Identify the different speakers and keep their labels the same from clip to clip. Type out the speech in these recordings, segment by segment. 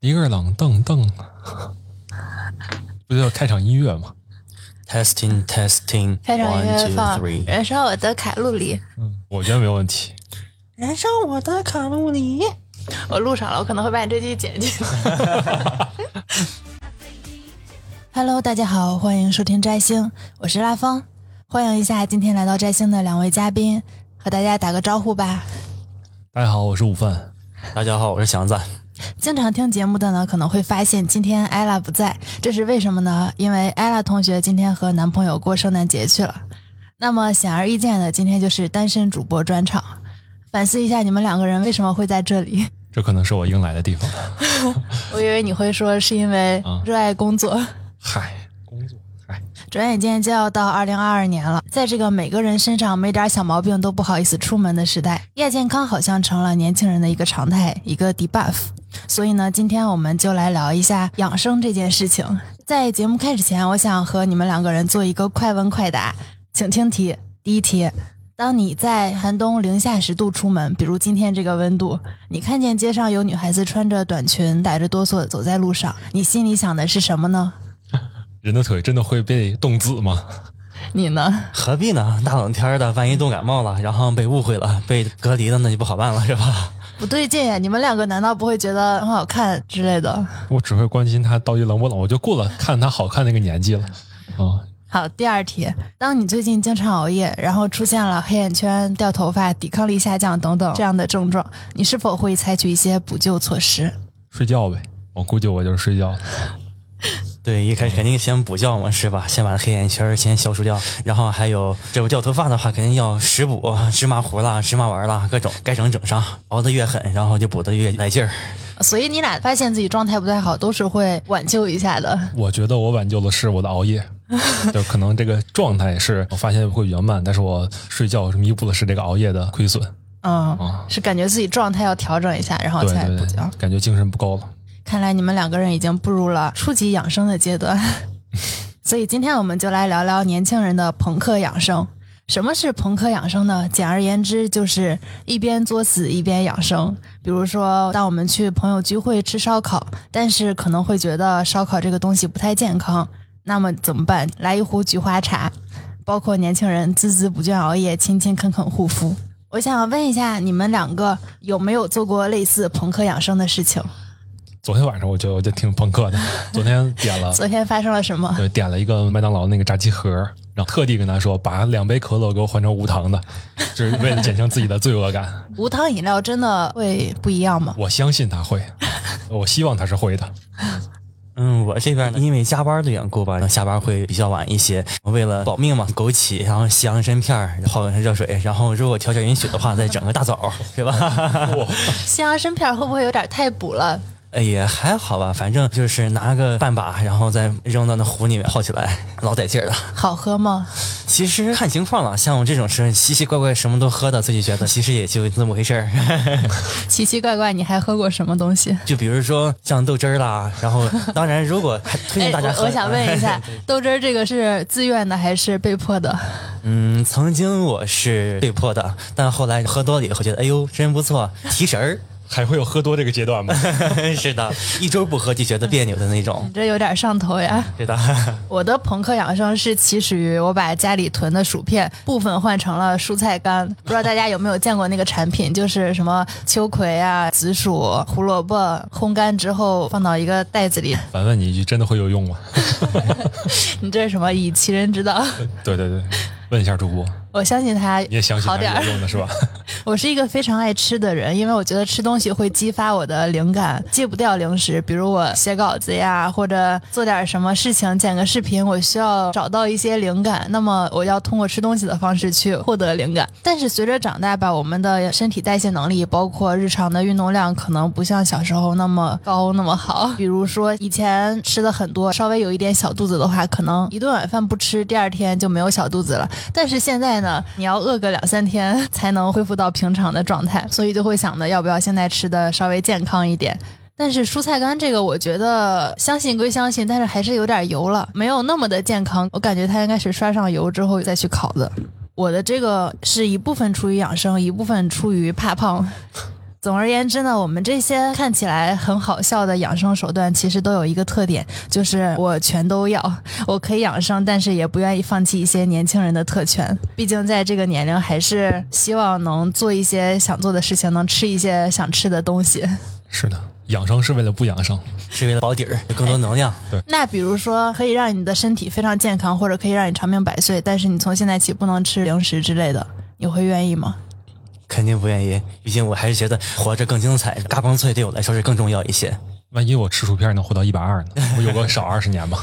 Speaker 1: 一个冷瞪 瞪，不就开场音乐吗？
Speaker 2: Testing, testing,
Speaker 3: 开场音
Speaker 2: one,
Speaker 3: 乐
Speaker 2: two,
Speaker 3: 放《
Speaker 2: three。
Speaker 3: 燃烧我的卡路里》，
Speaker 1: 嗯，我觉得没问题。
Speaker 2: 燃烧我的卡路里。
Speaker 3: 我录上了，我可能会把你这句剪进去。Hello，大家好，欢迎收听摘星，我是拉风，欢迎一下今天来到摘星的两位嘉宾，和大家打个招呼吧。
Speaker 1: 大家好，我是午饭。
Speaker 2: 大家好，我是祥子。
Speaker 3: 经常听节目的呢，可能会发现今天艾拉不在，这是为什么呢？因为艾拉同学今天和男朋友过圣诞节去了。那么显而易见的，今天就是单身主播专场。反思一下，你们两个人为什么会在这里？
Speaker 1: 这可能是我应来的地方。
Speaker 3: 我以为你会说是因为
Speaker 1: 啊
Speaker 3: 热爱工作。
Speaker 1: 嗨，工作，嗨，
Speaker 3: 转眼间就要到二零二二年了，在这个每个人身上没点小毛病都不好意思出门的时代，亚健康好像成了年轻人的一个常态，一个 debuff。所以呢，今天我们就来聊一下养生这件事情。在节目开始前，我想和你们两个人做一个快问快答，请听题。第一题：当你在寒冬零下十度出门，比如今天这个温度，你看见街上有女孩子穿着短裙，打着哆嗦走在路上，你心里想的是什么呢？
Speaker 1: 人的腿真的会被冻紫吗？
Speaker 3: 你呢？
Speaker 2: 何必呢？大冷天的，万一冻感冒了，然后被误会了，被隔离了，那就不好办了，是吧？
Speaker 3: 不对劲呀！你们两个难道不会觉得很好看之类的？
Speaker 1: 我只会关心他到底冷不冷，我就过了看他好看那个年纪 了。啊，
Speaker 3: 好，第二题，当你最近经常熬夜，然后出现了黑眼圈、掉头发、抵抗力下降等等这样的症状，你是否会采取一些补救措施？
Speaker 1: 睡觉呗。我估计我就是睡觉了。
Speaker 2: 对，一开始肯定先补觉嘛，是吧？先把黑眼圈儿先消除掉，然后还有这不掉头发的话，肯定要食补，芝麻糊啦、芝麻丸啦，各种该整整上，熬得越狠，然后就补得越来劲儿。
Speaker 3: 所以你俩发现自己状态不太好，都是会挽救一下的。
Speaker 1: 我觉得我挽救的是我的熬 夜，就可能这个状态是我发现会比较慢，但是我睡觉弥补的是这个熬夜的亏损。
Speaker 3: 嗯，
Speaker 1: 啊
Speaker 3: 是感觉自己状态要调整一下，然后
Speaker 1: 对
Speaker 3: 才
Speaker 1: 对
Speaker 3: 补救。
Speaker 1: 对，感觉精神不够了。
Speaker 3: 看来你们两个人已经步入了初级养生的阶段。 所以今天我们就来聊聊年轻人的朋克养生。什么是朋克养生呢？简而言之，就是一边作死一边养生。比如说，当我们去朋友聚会吃烧烤，但是可能会觉得烧烤这个东西不太健康，那么怎么办？来一壶菊花茶。包括年轻人孜孜不倦熬夜、勤勤恳恳护肤。我想问一下，你们两个有没有做过类似朋克养生的事情？
Speaker 1: 昨天晚上我就我就挺朋克的，昨天点 了
Speaker 3: 昨天发生了什么？
Speaker 1: 对点了一个麦当劳那个炸鸡盒，然后特地跟他说把两杯可乐给我换成无糖的，就是为了减轻自己的罪恶感。
Speaker 3: 无糖饮料真的会不一样吗？
Speaker 1: 我相信他会， 我希望他是会的。
Speaker 2: 嗯，我这边呢，因为加班的缘故吧，下班会比较晚一些。为了保命嘛，枸杞，然后西洋参片儿，泡上热水， 然后如果条件允许的话，再整个大枣，是吧？
Speaker 3: 西洋参片会不会有点太补了？
Speaker 2: 哎也还好吧，反正就是拿个半把，然后再扔到那壶里面泡起来， 老得劲儿了。
Speaker 3: 好喝吗？
Speaker 2: 其实看情况了，像我这种是奇奇怪怪什么都喝的，自己觉得其实也就那么回事儿。
Speaker 3: 奇奇怪怪，你还喝过什么东西？
Speaker 2: 就比如说像豆汁儿啦，然后当然如果还推荐大家喝，
Speaker 3: 哎我我 想问一下，豆汁儿这个是自愿的还是被迫的？
Speaker 2: 嗯，曾经我是被迫的，但后来喝多了以后觉得，哎呦，真不错，提神 儿。
Speaker 1: 还会有喝多这个阶段吗？
Speaker 2: 是的，一周不喝就觉得别扭的那种
Speaker 3: 你。这有点上头呀。
Speaker 2: 是的，
Speaker 3: 我的朋克养生是起始于我把家里囤的薯片部分换成了蔬菜干，不知道大家有没有见过那个产品，就是什么秋葵啊、紫薯、胡萝卜烘干之后放到一个袋子里。
Speaker 1: 反问你一句，真的会有用吗？
Speaker 3: 你这是什么？以其人之道。
Speaker 1: 对对对，问一下主播，
Speaker 3: 我相信他，
Speaker 1: 你也相信
Speaker 3: 好
Speaker 1: 他
Speaker 3: 点儿
Speaker 1: 是有。用的是吧？
Speaker 3: 我是一个非常爱吃的人，因为我觉得吃东西会激发我的灵感，戒不掉零食。比如我写稿子呀，或者做点什么事情，剪个视频，我需要找到一些灵感。那么我要通过吃东西的方式去获得灵感。但是随着长大吧，我们的身体代谢能力，包括日常的运动量，可能不像小时候那么高那么好。比如说以前吃的很多，稍微有一点小肚子的话，可能一顿晚饭不吃，第二天就没有小肚子了。但是现在呢，你要饿个两三天才能恢复到平常的状态，所以就会想着要不要现在吃的稍微健康一点。但是蔬菜干这个，我觉得相信归相信，但是还是有点油了，没有那么的健康。我感觉它应该是刷上油之后再去烤的。我的这个是一部分出于养生，一部分出于怕胖。总而言之呢，我们这些看起来很好笑的养生手段，其实都有一个特点，就是我全都要。我可以养生，但是也不愿意放弃一些年轻人的特权。毕竟在这个年龄，还是希望能做一些想做的事情，能吃一些想吃的东西。
Speaker 1: 是的，养生是为了不养生，
Speaker 2: 是为了保底儿，有更多能量。
Speaker 3: 那比如说，可以让你的身体非常健康，或者可以让你长命百岁，但是你从现在起不能吃零食之类的，你会愿意吗？
Speaker 2: 肯定不愿意，毕竟我还是觉得活着更精彩，嘎嘣脆对我来说是更重要一些。
Speaker 1: 万一我吃薯片能活到一百二呢？我有个少二十年吧，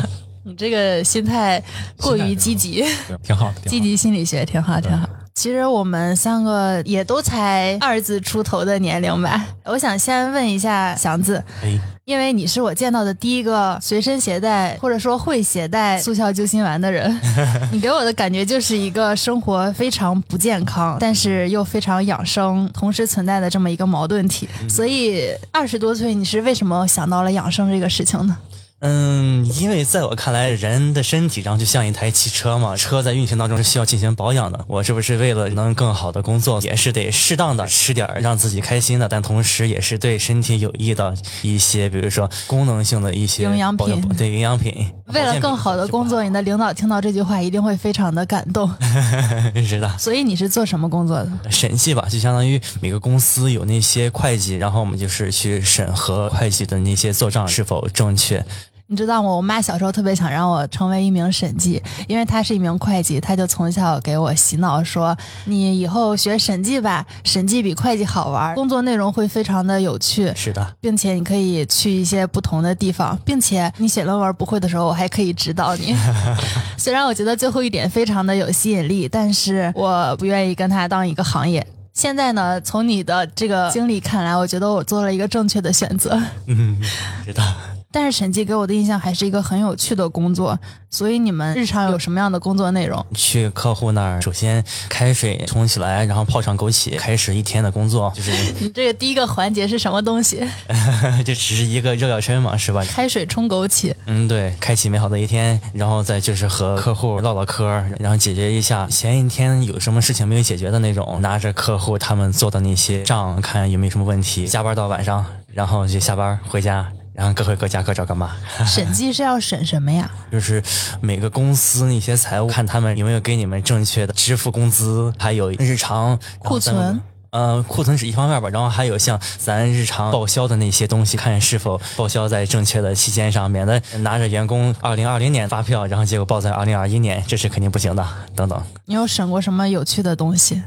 Speaker 3: 你这个心态过于积极，
Speaker 1: 对挺好的。挺好的
Speaker 3: 积极心理学挺好，
Speaker 1: 对
Speaker 3: 挺好。其实我们三个也都才二字出头的年龄吧。我想先问一下祥子，
Speaker 2: 哎，
Speaker 3: 因为你是我见到的第一个随身携带或者说会携带速效救心丸的人，你给我的感觉就是一个生活非常不健康，但是又非常养生，同时存在的这么一个矛盾体。所以二十多岁你是为什么想到了养生这个事情呢？
Speaker 2: 嗯，因为在我看来，人的身体上就像一台汽车嘛，车在运行当中是需要进行保养的。我是不是为了能更好的工作，也是得适当的吃点儿让自己开心的，但同时也是对身体有益的一些，比如说功能性的一些
Speaker 3: 营养
Speaker 2: 保养
Speaker 3: 品
Speaker 2: 对营养品。
Speaker 3: 为了更好的工作，你的领导听到这句话一定会非常的感动。
Speaker 2: 是的。
Speaker 3: 所以你是做什么工作的？
Speaker 2: 审计吧，就相当于每个公司有那些会计，然后我们就是去审核会计的那些做账是否正确。
Speaker 3: 你知道吗？我妈小时候特别想让我成为一名审计，因为她是一名会计，她就从小给我洗脑说，你以后学审计吧，审计比会计好玩，工作内容会非常的有趣。
Speaker 2: 是的，
Speaker 3: 并且你可以去一些不同的地方，并且你写论文不会的时候，我还可以指导你。 虽然我觉得最后一点非常的有吸引力，但是我不愿意跟它当一个行业。现在呢，从你的这个经历看来，我觉得我做了一个正确的选择。
Speaker 2: 嗯，是的。
Speaker 3: 但是审计给我的印象还是一个很有趣的工作，所以你们日常有什么样的工作内容？
Speaker 2: 去客户那儿，首先开水冲起来，然后泡上枸杞，开始一天的工作，就是
Speaker 3: 你这个第一个环节是什么东西？
Speaker 2: 这只是一个热热身嘛，是吧？
Speaker 3: 开水冲枸 杞，
Speaker 2: 嗯，对，开启美好的一天，然后再就是和客户唠唠嗑儿，然后解决一下前一天有什么事情没有解决的那种，拿着客户他们做的那些账，看有没有什么问题。加班到晚上，然后就下班回家，然后各回各家，各找各妈。
Speaker 3: 审计是要审什么呀？
Speaker 2: 就是每个公司那些财务，看他们有没有给你们正确的支付工资，还有日常然后
Speaker 3: 库存
Speaker 2: 咱们。呃，库存是一方面吧，然后还有像咱日常报销的那些东西，看是否报销在正确的期间上，免得拿着员工二零二零年发票，然后结果报在二零二一年，这是肯定不行的。等等，
Speaker 3: 你有审过什么有趣的东西？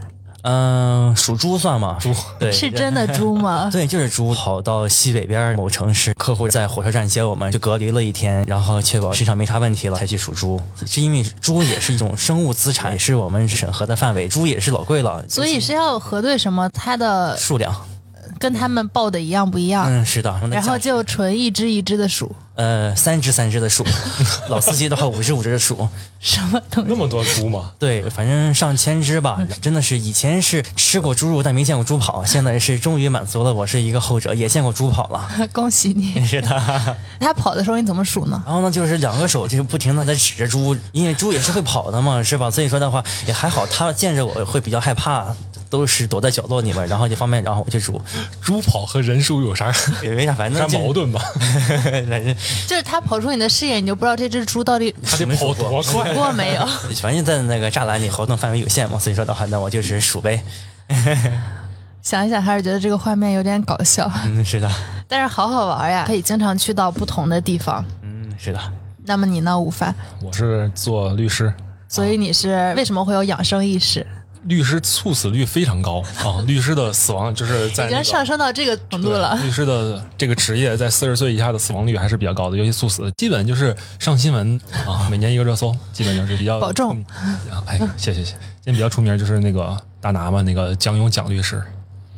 Speaker 2: 嗯、属猪算吗？猪对
Speaker 3: 是真的猪 吗？
Speaker 2: 对，就是猪跑到西北边某城市，客户在火车站接我们，就隔离了一天，然后确保身上没啥问题了，才去数猪。是因为猪也是一种生物资产，也是我们审核的范围，猪也是老贵了，
Speaker 3: 所以是要核对什么？它的
Speaker 2: 数量，
Speaker 3: 跟他们报的一样不一样？
Speaker 2: 嗯，是的。
Speaker 3: 然后就纯一只一只的数，
Speaker 2: 呃三只三只的数， 老司机的话五只五只的数，
Speaker 3: 什么 东西？
Speaker 1: 那么多猪吗？
Speaker 2: 对，反正上千只吧，
Speaker 3: 嗯
Speaker 2: 真的是以前是吃过猪肉但没见过猪跑，现在是终于满足了我是一个后者，也见过猪跑了。
Speaker 3: 恭喜你！
Speaker 2: 是 的。
Speaker 3: 它跑的时候你怎么数呢？
Speaker 2: 然后呢，就是两个手就不停的在指着猪，因为猪也是会跑的嘛，是吧？所以说的话也还好，它见着我会比较害怕，都是躲在角落里面，然后这方面，然后我就 煮，
Speaker 1: 猪跑和人数有啥 啥
Speaker 2: 也没啥，反正
Speaker 1: 矛
Speaker 2: 就
Speaker 1: 盾吧？
Speaker 2: 反正
Speaker 3: 就是它跑出你的视野，你就不知道这只猪到 底
Speaker 1: 他得跑多快啊
Speaker 3: 数？过没有。
Speaker 2: 反正在那个栅栏里活动范围有限嘛，所以说的话，那我就是数呗。
Speaker 3: 想一想，还是觉得这个画面有点搞笑，
Speaker 2: 嗯，是的，
Speaker 3: 但是好好玩呀，可以经常去到不同的地方。
Speaker 2: 嗯，是的，
Speaker 3: 那么你呢，午饭？
Speaker 1: 我是做律师，
Speaker 3: 所以你是为什么会有养生意识？
Speaker 1: 律师猝死率非常高啊！律师的死亡就是在
Speaker 3: 已
Speaker 1: 那
Speaker 3: 经
Speaker 1: 个
Speaker 3: 上升到这个程度
Speaker 1: 对
Speaker 3: 了。
Speaker 1: 律师的这个职业在四十岁以下的死亡率还是比较高的，尤其猝死，基本就是上新闻啊，每年一个热搜，基本就是比较
Speaker 3: 保重
Speaker 1: 嗯哎，谢谢谢，今天比较出名就是那个大拿嘛，那个蒋勇蒋律师，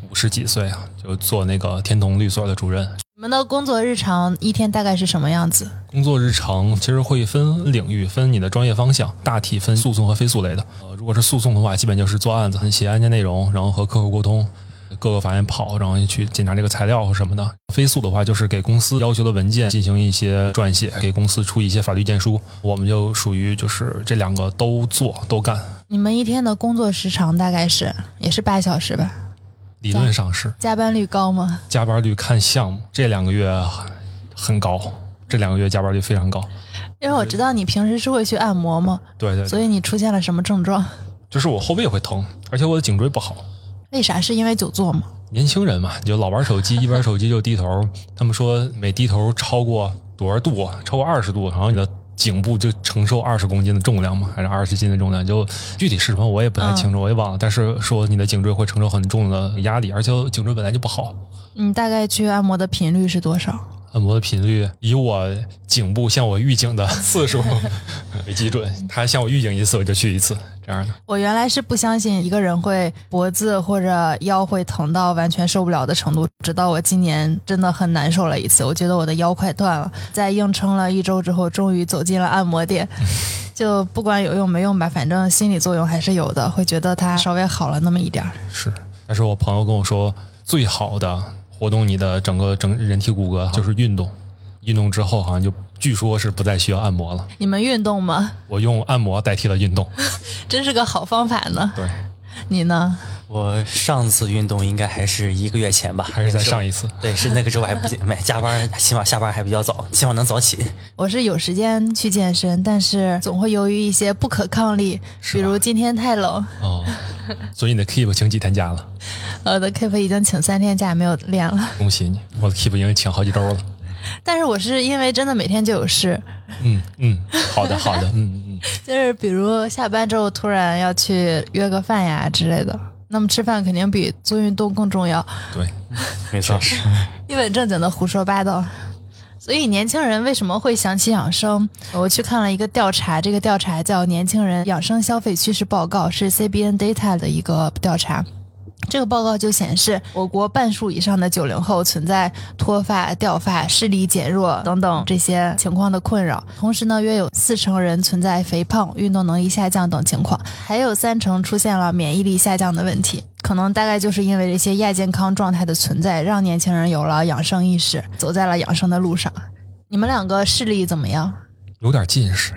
Speaker 1: 五十几岁啊，就做那个天童律所的主任。
Speaker 3: 你们的工作日常一天大概是什么样子？
Speaker 1: 工作日常其实会分领域，分你的专业方向，大体分诉讼和非诉类的。呃，如果是诉讼的话，基本就是做案子、写案件内容，然后和客户沟通，各个法院跑，然后去检查这个材料什么的。非诉的话，就是给公司要求的文件进行一些撰写，给公司出一些法律建书。我们就属于就是这两个都做都干。
Speaker 3: 你们一天的工作时长大概是也是八小时吧？
Speaker 1: 理论上是
Speaker 3: 加班率高吗？
Speaker 1: 加班率看项目，这两个月很很高，这两个月加班率非常高。
Speaker 3: 因为我知道你平时是会去按摩嘛，
Speaker 1: 对对，
Speaker 3: 所以你出现了什么症状？
Speaker 1: 就是我后背会疼，而且我的颈椎不好。
Speaker 3: 为啥？是因为久坐吗？
Speaker 1: 年轻人嘛，你 就老玩手机，一玩手机就低头。他们说每低头超过多少度，啊超过二十度，然后你的颈部就承受二十公斤的重量嘛，还是二十斤的重量？就具体是什么我也不太清楚，我也忘了。但是说你的颈椎会承受很重的压力，而且颈椎本来就不好。
Speaker 3: 你大概去按摩的频率是多少？
Speaker 1: 按摩的频率以我颈部向我预警的次数为基准，他向我预警一次我就去一次，这样的。
Speaker 3: 我原来是不相信一个人会脖子或者腰会疼到完全受不了的程度，直到我今年真的很难受了一次，我觉得我的腰快断了，在硬撑了一周之后，终于走进了按 摩店。就不管有用没用吧，反正心理作用还是有的，会觉得它稍微好了那么一点儿。
Speaker 1: 是，但是我朋友跟我说，最好的活动你的整个整人体骨骼就是运动，运动之后好像就据说是不再需要按摩了。
Speaker 3: 你们运动吗？
Speaker 1: 我用按摩代替了运动。
Speaker 3: 真是个好方法呢。
Speaker 1: 对，
Speaker 3: 你呢？
Speaker 2: 我上次运动应该还是一个月前吧，
Speaker 1: 还是再上一 次。
Speaker 2: 对，是那个时候还不没加班，起码下班还比较早，起码能早起。
Speaker 3: 我是有时间去健身，但是总会由于一些不可抗力，
Speaker 1: 是
Speaker 3: 比
Speaker 1: 吧
Speaker 3: 如今天太冷，
Speaker 1: 哦，所以你的 keep 请几天假了？
Speaker 3: 呃我的 keep 已经请三天假没有练了。
Speaker 1: 恭喜你，我的 keep 已经请好几周了。
Speaker 3: 但是我是因为真的每天就有事，
Speaker 1: 嗯嗯，好的好的，嗯嗯。
Speaker 3: 就是比如下班之后突然要去约个饭呀之类的。那么吃饭肯定比做运动更重要，
Speaker 1: 对，
Speaker 2: 没错，
Speaker 3: 一本正经的胡说八道。所以年轻人为什么会想起养生？我去看了一个调查，这个调查叫《年轻人养生消费趋势报告》，是 CBN Data 的一个调查。这个报告就显示，我国半数以上的九零后存在脱发、掉发、视力减弱等等这些情况的困扰。同时呢，约有四成人存在肥胖、运动能力下降等情况，还有三成出现了免疫力下降的问题。可能大概就是因为这些亚健康状态的存在，让年轻人有了养生意识，走在了养生的路上。你们两个视力怎么样？
Speaker 1: 有点近视。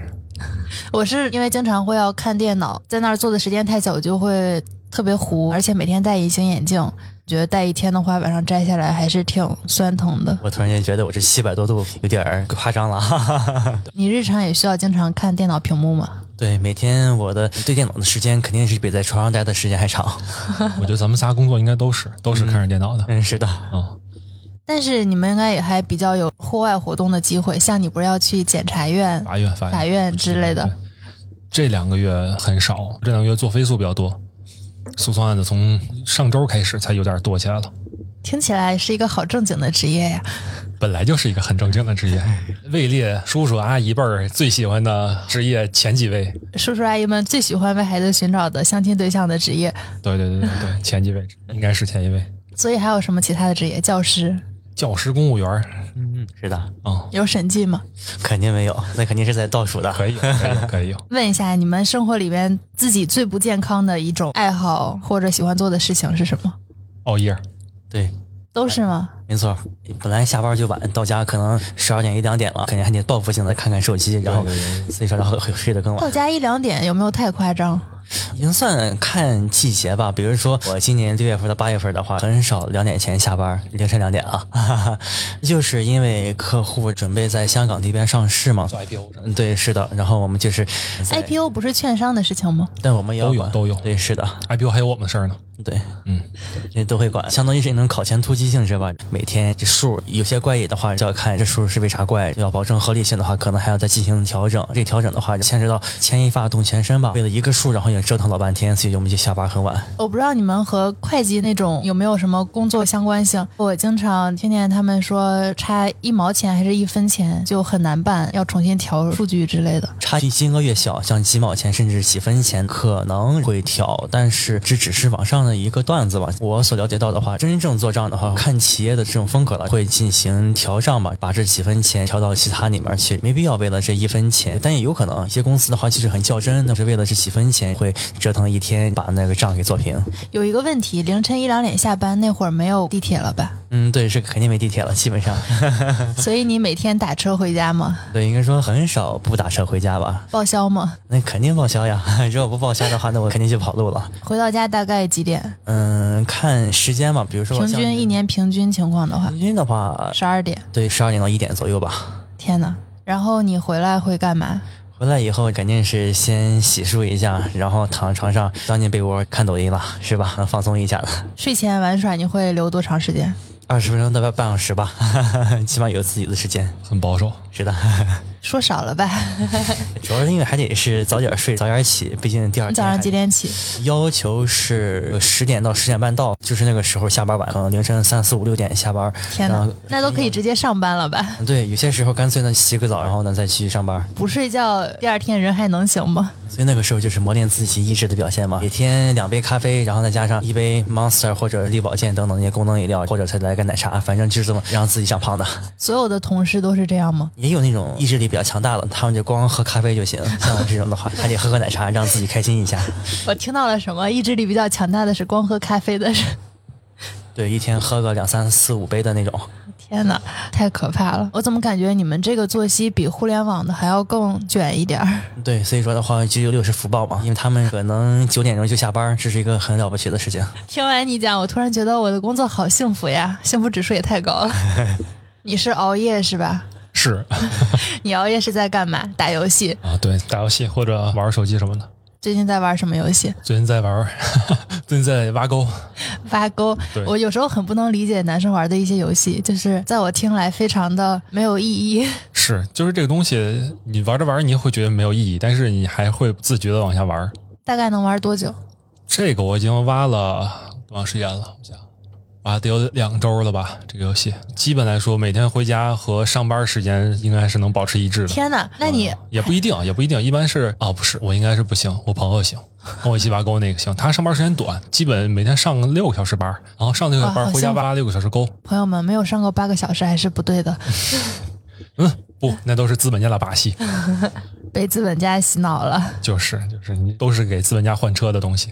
Speaker 3: 我是因为经常会要看电脑，在那儿坐的时间太久，就会特别糊，而且每天戴隐形眼镜，觉得戴一天的话，晚上摘下来还是挺酸疼的。
Speaker 2: 我突然间觉得我这七百多度有点儿夸张了。哈哈哈哈。
Speaker 3: 你日常也需要经常看电脑屏幕吗？
Speaker 2: 对，每天我的对电脑的时间肯定是比在床上待的时间还长。
Speaker 1: 我觉得咱们仨工作应该都是
Speaker 3: 嗯
Speaker 1: 都是看着电脑的。
Speaker 2: 嗯，是的，
Speaker 1: 嗯，
Speaker 3: 但是你们应该也还比较有户外活动的机会，像你不是要去检察院、
Speaker 1: 法院法院
Speaker 3: 法院之类哎的
Speaker 1: 对，这两个月很少，这两个月做飞速比较多，诉讼案子从上周开始才有点多起来了。
Speaker 3: 听起来是一个好正经的职业呀。
Speaker 1: 本来就是一个很正经的职业，位列叔叔阿姨辈儿最喜欢的职业前几位。
Speaker 3: 叔叔阿姨们最喜欢为孩子寻找的相亲对象的职业，
Speaker 1: 对对对对对，前几位应该是前一位。
Speaker 3: 所以还有什么其他的职业？教师
Speaker 1: 教师、公务员儿，
Speaker 2: 嗯，是的，
Speaker 1: 嗯，
Speaker 3: 有审计吗？
Speaker 2: 肯定没有，那肯定是在倒数的。
Speaker 1: 可以有，可以有，可以有。
Speaker 3: 问一下，你们生活里边自己最不健康的一种爱好或者喜欢做的事情是什么？
Speaker 1: 熬夜，
Speaker 2: 对，
Speaker 3: 都是吗？
Speaker 2: 没错，本来下班就晚，到家可能十二点一两点了，肯定还得报复性的看看手机，然后
Speaker 1: 对对
Speaker 2: 所以说然后会睡得更晚
Speaker 3: 到。家一两点有没有太夸张？
Speaker 2: 已经算看季节吧，比如说我今年六月份到八月份的话，很少两点前下班，凌晨两点啊，哈哈， 就是因为客户准备在香港那边上市嘛。
Speaker 1: 做 IPO
Speaker 2: 嗯，对，是的，然后我们就是在
Speaker 3: IPO 不是券商的事情吗？
Speaker 2: 但我们也要
Speaker 1: 都有
Speaker 2: 管
Speaker 1: 都有
Speaker 2: 对，是的，
Speaker 1: IPO 还有我们的事儿呢。
Speaker 2: 对，
Speaker 1: 嗯，
Speaker 2: 这都会管，相当于是一种考前突击性质吧。每天这数有些怪异的话，就要看这数是为啥怪，要保证合理性的话，可能还要再进行调整。这调整的话，牵扯到牵一发动全身吧。为了一个数，然后也折腾老半天，所以我们就下班很晚。
Speaker 3: 我不知道你们和会计那种有没有什么工作相关性。我经常听见他们说差一毛钱还是一分钱就很难办，要重新调数据之类的。
Speaker 2: 差距金额越小，像几毛钱甚至几分钱可能会调，但是这只是网上的一个段子吧。我所了解到的话，真正做账的话，看企业的这种风格了，会进行调账吧，把这几分钱调到其他里面去，没必要为了这一分钱。但也有可能，一些公司的话其实很较真，那是为了这几分钱会折腾一天把那个账给做平。
Speaker 3: 有一个问题，凌晨一两点下班那会儿没有地铁了吧？
Speaker 2: 嗯，对，是肯定没地铁了，基本上。嗯
Speaker 3: 所以你每天打车回家吗？
Speaker 2: 对，应该说很少不打车回家吧？
Speaker 3: 报销吗？
Speaker 2: 那肯定报销呀， 如果不报销的话，那我肯定就跑路了。
Speaker 3: 回到家大概几点？
Speaker 2: 嗯，看时间吧，比如说
Speaker 3: 平
Speaker 2: 像呃
Speaker 3: 均一年平均情况的话
Speaker 2: 平，均的话，
Speaker 3: 十二点。
Speaker 2: 对，十二点到一点左右吧。
Speaker 3: 天哪！然后你回来会干嘛？
Speaker 2: 回来以后肯定是先洗漱一下，然后躺床上钻进被窝看抖音了，是吧？放松一下了，
Speaker 3: 睡前玩耍你会留多长时间？
Speaker 2: 二十分钟到半半小时吧， 起码有自己的时间。
Speaker 1: 很保守。
Speaker 2: 是的，
Speaker 3: 说少了吧？
Speaker 2: 啊主要是因为还得是早点睡，早点起，毕竟第二天
Speaker 3: 你 早上几
Speaker 2: 还？
Speaker 3: 点起？
Speaker 2: 要求是十点到十点半到，就是那个时候下班晚，可能凌晨三四五六点下班。
Speaker 3: 天
Speaker 2: 然
Speaker 3: 哪
Speaker 2: 后，
Speaker 3: 那都可以直接上班了吧？
Speaker 2: 对，有些时候干脆呢洗个澡，然后呢再去上班。
Speaker 3: 不睡觉，第二天人还能行吗？
Speaker 2: 所以那个时候就是磨练自己意志的表现嘛，每天两杯咖啡，然后再加上一杯 Monster 或者力保健等等那些功能饮料，或者是来个奶茶，反正就是这么让自己长胖的。
Speaker 3: 所有的同事都是这样吗？
Speaker 2: 也有那种意志力比较强大的，他们就光喝咖啡就行，像我这种的话，还得喝个奶茶让自己开心一下。
Speaker 3: 我听到了什么？意志力比较强大的是光喝咖啡的人。
Speaker 2: 对，一天喝个两三四五杯的那种。
Speaker 3: 天哪，太可怕了！我怎么感觉你们这个作息比互联网的还要更卷一点儿？
Speaker 2: 对，所以说的话，九九六是福报嘛，因为他们可能九点钟就下班，这是一个很了不起的事情。
Speaker 3: 听完你讲，我突然觉得我的工作好幸福呀，幸福指数也太高 了。你是熬夜是吧？
Speaker 1: 是
Speaker 3: 你熬夜是在干嘛？打游戏。
Speaker 1: 啊，对，打游戏或者玩手机什么的。
Speaker 3: 最近在玩什么游戏？
Speaker 1: 最近在玩， 最近在挖沟，
Speaker 3: 挖沟
Speaker 1: 对。
Speaker 3: 我有时候很不能理解男生玩的一些游戏，就是在我听来非常的没有意义。
Speaker 1: 是就是这个东西，你玩着玩着你会觉得没有意义，但是你还会自觉的往下玩。
Speaker 3: 大概能玩多久？
Speaker 1: 这个我已经挖了多长时间了？我想挖得有两周了吧。这个游戏基本来说，每天回家和上班时间应该是能保持一致的。
Speaker 3: 天哪！那你
Speaker 1: 也不一定，也不一定，一般是啊、不是，我应该是不行，我朋友行，跟我一起挖沟那个行，他上班时间短，基本每天上六个小时班，然后上六个小时
Speaker 3: 哇
Speaker 1: 班
Speaker 3: 好
Speaker 1: 回家
Speaker 3: 幸福
Speaker 1: 挖六个小时沟，
Speaker 3: 朋友们没有上够八个小时还是不对的，
Speaker 1: 嗯，不，那都是资本家的把戏，
Speaker 3: 嗯被资本家洗脑了。
Speaker 1: 就是就是你都是给资本家换车的东西。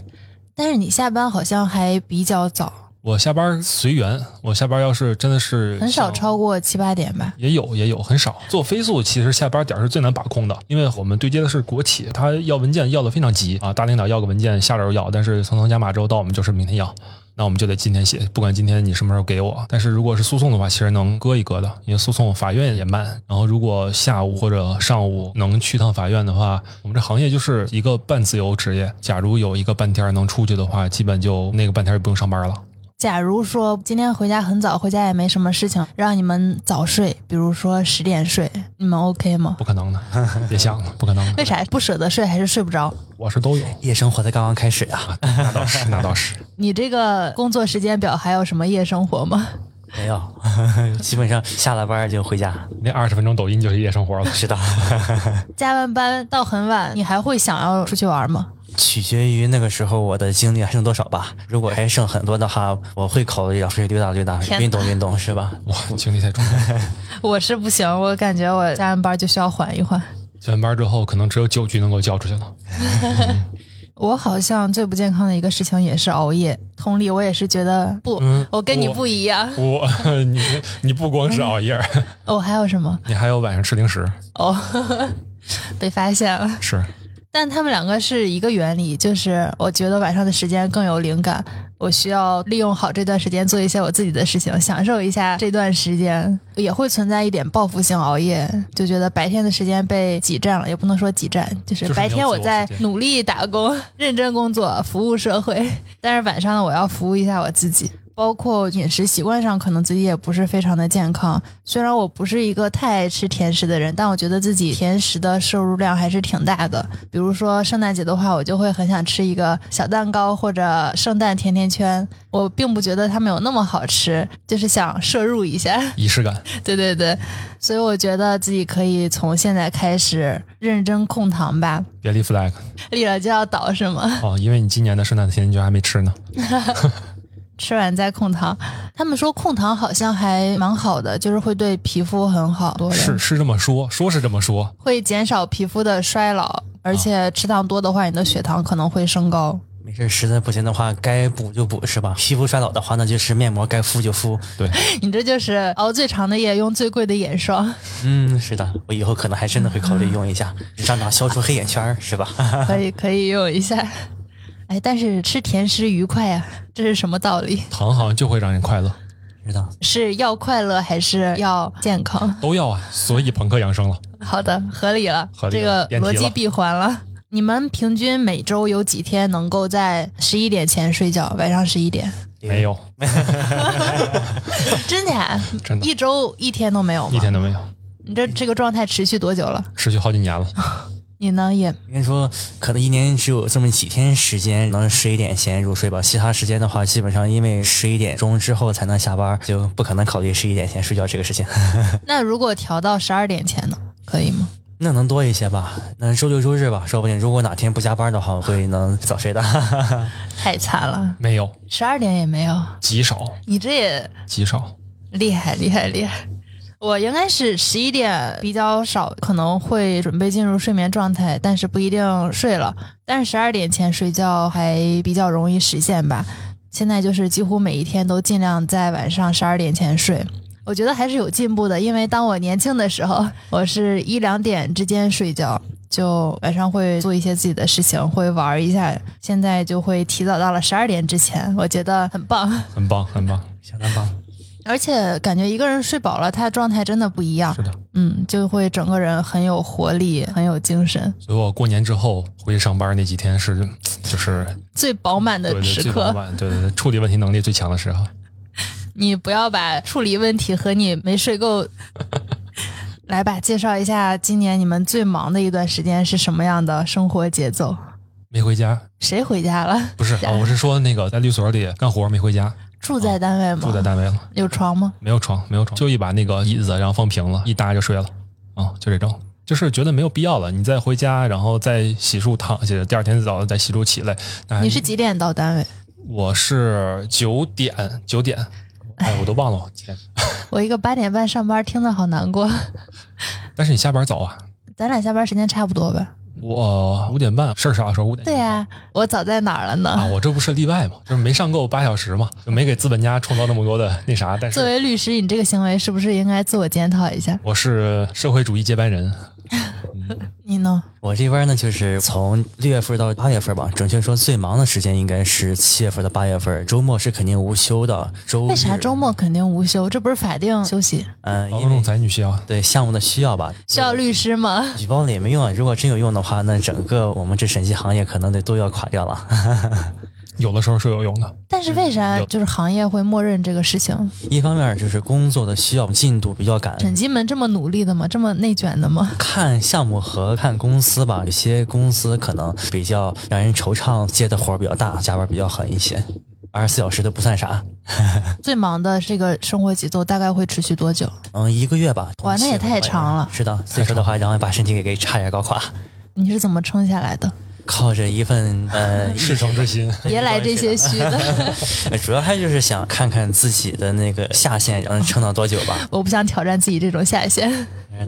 Speaker 3: 但是你下班好像还比较早，
Speaker 1: 我下班随缘，我下班要是真的是
Speaker 3: 很少
Speaker 1: 像
Speaker 3: 超过七八点吧。
Speaker 1: 也有也有很少。做飞速其实下班点儿是最难把控的，因为我们对接的是国企，他要文件要的非常急啊，大领导要个文件，下周要，但是层层加码之后到我们就是明天要。那我们就得今天写，不管今天你什么时候给我。但是如果是诉讼的话，其实能搁一搁的，因为诉讼法院也慢。然后如果下午或者上午能去趟法院的话，我们这行业就是一个半自由职业。假如有一个半天儿能出去的话，基本就那个半天儿就不用上班了。
Speaker 3: 假如说今天回家很早，回家也没什么事情，让你们早睡，比如说十点睡，你们 OK 吗？
Speaker 1: 不可能的，别想了，不可能的。
Speaker 3: 为啥不舍得睡还是睡不着？
Speaker 1: 我是都有，
Speaker 2: 夜生活才刚刚开始啊，
Speaker 1: 那倒是，那倒是。
Speaker 3: 你这个工作时间表还有什么夜生活吗？
Speaker 2: 没有， 基本上下了班就回家。
Speaker 1: 那二十分钟抖音就是夜生活了。
Speaker 2: 是的，
Speaker 3: 加完班到很晚，你还会想要出去玩吗？
Speaker 2: 取决于那个时候我的精力还剩多少吧。如果还剩很多的话，我会考虑要出去溜达溜达，
Speaker 3: 天哪
Speaker 2: 运动运动，是吧？
Speaker 1: 哇，精力太充沛了。
Speaker 3: 我是不行，我感觉我加完班就需要缓一缓。
Speaker 1: 下完班之后，可能只有酒局能够叫出去了。
Speaker 3: 我好像最不健康的一个事情也是熬夜。同理，我也是觉得不，
Speaker 1: 嗯
Speaker 3: 我跟你
Speaker 1: 我
Speaker 3: 不一样。
Speaker 1: 我，你你不光是熬夜，
Speaker 3: 哦，还有什么？
Speaker 1: 你还有晚上吃零食。
Speaker 3: 哦， 被发现了。
Speaker 1: 是，
Speaker 3: 但他们两个是一个原理，就是我觉得晚上的时间更有灵感，我需要利用好这段时间做一些我自己的事情，享受一下这段时间，也会存在一点报复性熬夜，就觉得白天的时间被挤占了，也不能说挤占，就是
Speaker 1: 就是没有
Speaker 3: 白天我在
Speaker 1: 自我时间
Speaker 3: 努力打工、认真工作、服务社会，但是晚上呢，我要服务一下我自己。包括饮食习惯上，可能自己也不是非常的健康。虽然我不是一个太爱吃甜食的人，但我觉得自己甜食的摄入量还是挺大的。比如说圣诞节的话，我就会很想吃一个小蛋糕或者圣诞甜甜圈。我并不觉得它们有那么好吃， 就是想摄入一下。
Speaker 1: 仪式感。
Speaker 3: 对对对，所以我觉得自己可以从现在开始认真控糖吧，
Speaker 1: 别立 flag
Speaker 3: 立了就要倒是吗？
Speaker 1: 哦，因为你今年的圣诞甜甜圈还没吃呢。
Speaker 3: 吃完再控糖。他们说控糖好像还蛮好的，就是会对皮肤很好，多
Speaker 1: 是是这么说，说是这么说，
Speaker 3: 会减少皮肤的衰老，而且吃糖多的话，你的血糖可能会升高。
Speaker 2: 没事，实在不行的话，该补就补，是吧？皮肤衰老的话，那就是面膜该敷就敷。
Speaker 1: 对，
Speaker 3: 你这就是熬最长的夜，用最贵的眼霜，
Speaker 2: 嗯，是的，我以后可能还真的会考虑用一下，让它消除黑眼圈儿，是吧？
Speaker 3: 可以可以用一下。 哎，但是吃甜食愉快啊，这是什么道理？
Speaker 1: 糖好像就会让人快乐，
Speaker 2: 是的，
Speaker 3: 是要快乐还是要健康？
Speaker 1: 都要啊，所以朋克养生了。
Speaker 3: 好的，合理了，
Speaker 1: 合
Speaker 3: 这
Speaker 1: 理
Speaker 3: 个
Speaker 1: 了
Speaker 3: 逻
Speaker 1: 辩题
Speaker 3: 辑
Speaker 1: 了
Speaker 3: 闭环了。你们平均每周有几天能够在十一点前睡觉？晚上十一 点，
Speaker 1: 没有，
Speaker 3: 真的呀、
Speaker 1: 真的
Speaker 3: 一周一天都没有
Speaker 1: 一
Speaker 3: 吗？
Speaker 1: 天都没有，
Speaker 3: 你这这个状态持续多久了？
Speaker 1: 持续好几年 了。
Speaker 3: 你呢？ 也
Speaker 2: 应该说，可能一年只有这么几天时间能十一点前入睡吧，其他时间的话，基本上因为十一点钟之后才能下班，就不可能考虑十一点前睡觉这个事情。
Speaker 3: 那如果调到十二点前呢？可以吗？
Speaker 2: 那能多一些吧？那周六周日吧，说不定如果哪天不加班的话，我会能早睡的。
Speaker 3: 太惨了，
Speaker 1: 没有，
Speaker 3: 十二点也没有，
Speaker 1: 极少，
Speaker 3: 你这也
Speaker 1: 极少。
Speaker 3: 厉害厉害厉害。我应该是十一点比较少，可能会准备进入睡眠状态，但是不一定睡了。但是十二点前睡觉还比较容易实现吧。现在就是几乎每一天都尽量在晚上十二点前睡。我觉得还是有进步的，因为当我年轻的时候，我是一两点之间睡觉，就晚上会做一些自己的事情，会玩一下。现在就会提早到了十二点之前，我觉得很棒。
Speaker 1: 很棒，很棒，
Speaker 2: 相当棒。
Speaker 3: 而且感觉一个人睡饱了，他的状态真的不一样
Speaker 1: 是。的。
Speaker 3: 嗯，就会整个人很有活力，很有精神，
Speaker 1: 所以我过年之后回去上班那几天是，就是
Speaker 3: 最饱满
Speaker 1: 对
Speaker 3: 的
Speaker 1: 对
Speaker 3: 时
Speaker 1: 最早
Speaker 3: 刻。
Speaker 1: 晚，对对对，处理问题能力最强的时候。
Speaker 3: 你不要把处理问题和你没 睡够。来吧，介绍一下今年你们最忙的一段时间是什么样的生活节奏？
Speaker 1: 没回家，
Speaker 3: 谁回家了？
Speaker 1: 不是啊，我是说那个在律所里干活没回家，
Speaker 3: 住在单位吗？
Speaker 1: 住在单位哎了，
Speaker 3: 有床吗？
Speaker 1: 没有床，没有床，就一把那个椅子，然后放平了，一搭就睡了，啊，就这种。就是觉得没有必要了，你再回家，然后再洗漱躺下，第二天早上再洗漱起来。那还
Speaker 3: 你是几点到单位？
Speaker 1: 我是九点九点，哎，我都忘了我天。
Speaker 3: 我一个八点半上班，听得好难过。
Speaker 1: 但是你下班早啊，
Speaker 3: 咱俩下班时间差不多吧？
Speaker 1: 我五点半事儿啥时候？五点
Speaker 3: 对呀、我早在哪儿了呢？
Speaker 1: 啊，我这不是例外嘛，就是没上够八小时嘛，就没给资本家创造那么多的那啥。 但
Speaker 3: 作
Speaker 1: 是
Speaker 3: 为律师，你这个行为是不是应该自我检讨一下？
Speaker 1: 我是社会主义接班人，
Speaker 3: 你呢？
Speaker 2: 我这边呢，就是从六月份到八月份吧，准确说最忙的时间应该是七月份到八月份，周末是肯定无休的。周
Speaker 3: 为啥
Speaker 2: 日
Speaker 3: 周？末肯定无休？这不是法定休息？
Speaker 2: 嗯、
Speaker 1: 劳
Speaker 2: 因为
Speaker 1: 动才女需要。
Speaker 2: 对项目的需要吧，
Speaker 3: 需要律师吗？
Speaker 2: 举报了也没用啊。如果真有用的话，那整个我们这审计行业可能得都要垮掉了。
Speaker 1: 有的时候是有用的，
Speaker 3: 但是为啥
Speaker 1: 有
Speaker 3: 就是行业会默认这个事情？
Speaker 2: 一方面就是工作的需要进度比较赶，
Speaker 3: 审计们这么努力的吗？这么内卷的吗？
Speaker 2: 看项目和看公司吧，有些公司可能比较让人惆怅，接的活儿比较大，加班比较狠一些，二十四小时都不算啥。
Speaker 3: 最忙的这个生活节奏大概会持续多久？
Speaker 2: 嗯，一个月吧。
Speaker 3: 哇那也
Speaker 2: 同期
Speaker 3: 太
Speaker 2: 的话
Speaker 3: 长了
Speaker 2: 是的，所以说的话，然后把身体给给差点搞垮，
Speaker 3: 你是怎么撑下来的？
Speaker 2: 靠着一份 呃，
Speaker 1: 赤诚之心。
Speaker 3: 别来这些 虚的，
Speaker 2: 主要还就是想看看自己的那个下限，然后撑到多久吧。
Speaker 3: 我不想挑战自己这种下限。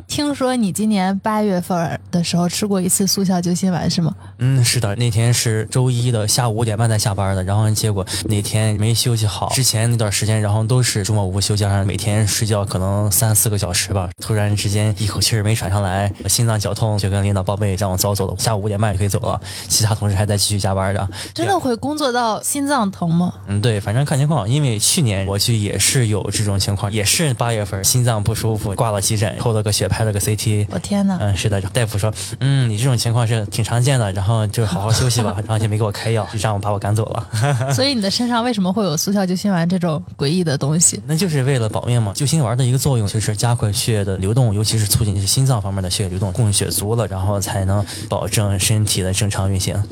Speaker 3: 听说你今年八月份的时候吃过一次速效救心丸是吗？
Speaker 2: 嗯，是的，那天是周一的下午五点半才下班的，然后结果那天没休息好，之前那段时间，然后都是周末无休，加上每天睡觉可能三四个小时吧，突然之间一口气儿没喘上来，我心脏绞痛，就跟领导报备让我早走了，下午五点半就可以走了，其他同事还在继续加班的。
Speaker 3: 真的会工作到心脏疼吗？
Speaker 2: 嗯，对，反正看情况，因为去年我去也是有这种情况，也是八月份心脏不舒服，挂了急诊，抽了个血，拍了个 CT。
Speaker 3: 我天哪！
Speaker 2: 嗯，是的，大夫说，嗯，你这种情况是挺常见的，然后就好好休息吧，然后就没给我开药，就让我把我赶走了。
Speaker 3: 所以你的身上为什么会有速效救心丸这种诡异的东西？
Speaker 2: 那就是为了保命嘛。救心丸的一个作用就是加快血液的流动，尤其是促进心脏方面的血液流动，供血足了，然后才能保证身体的正常运行。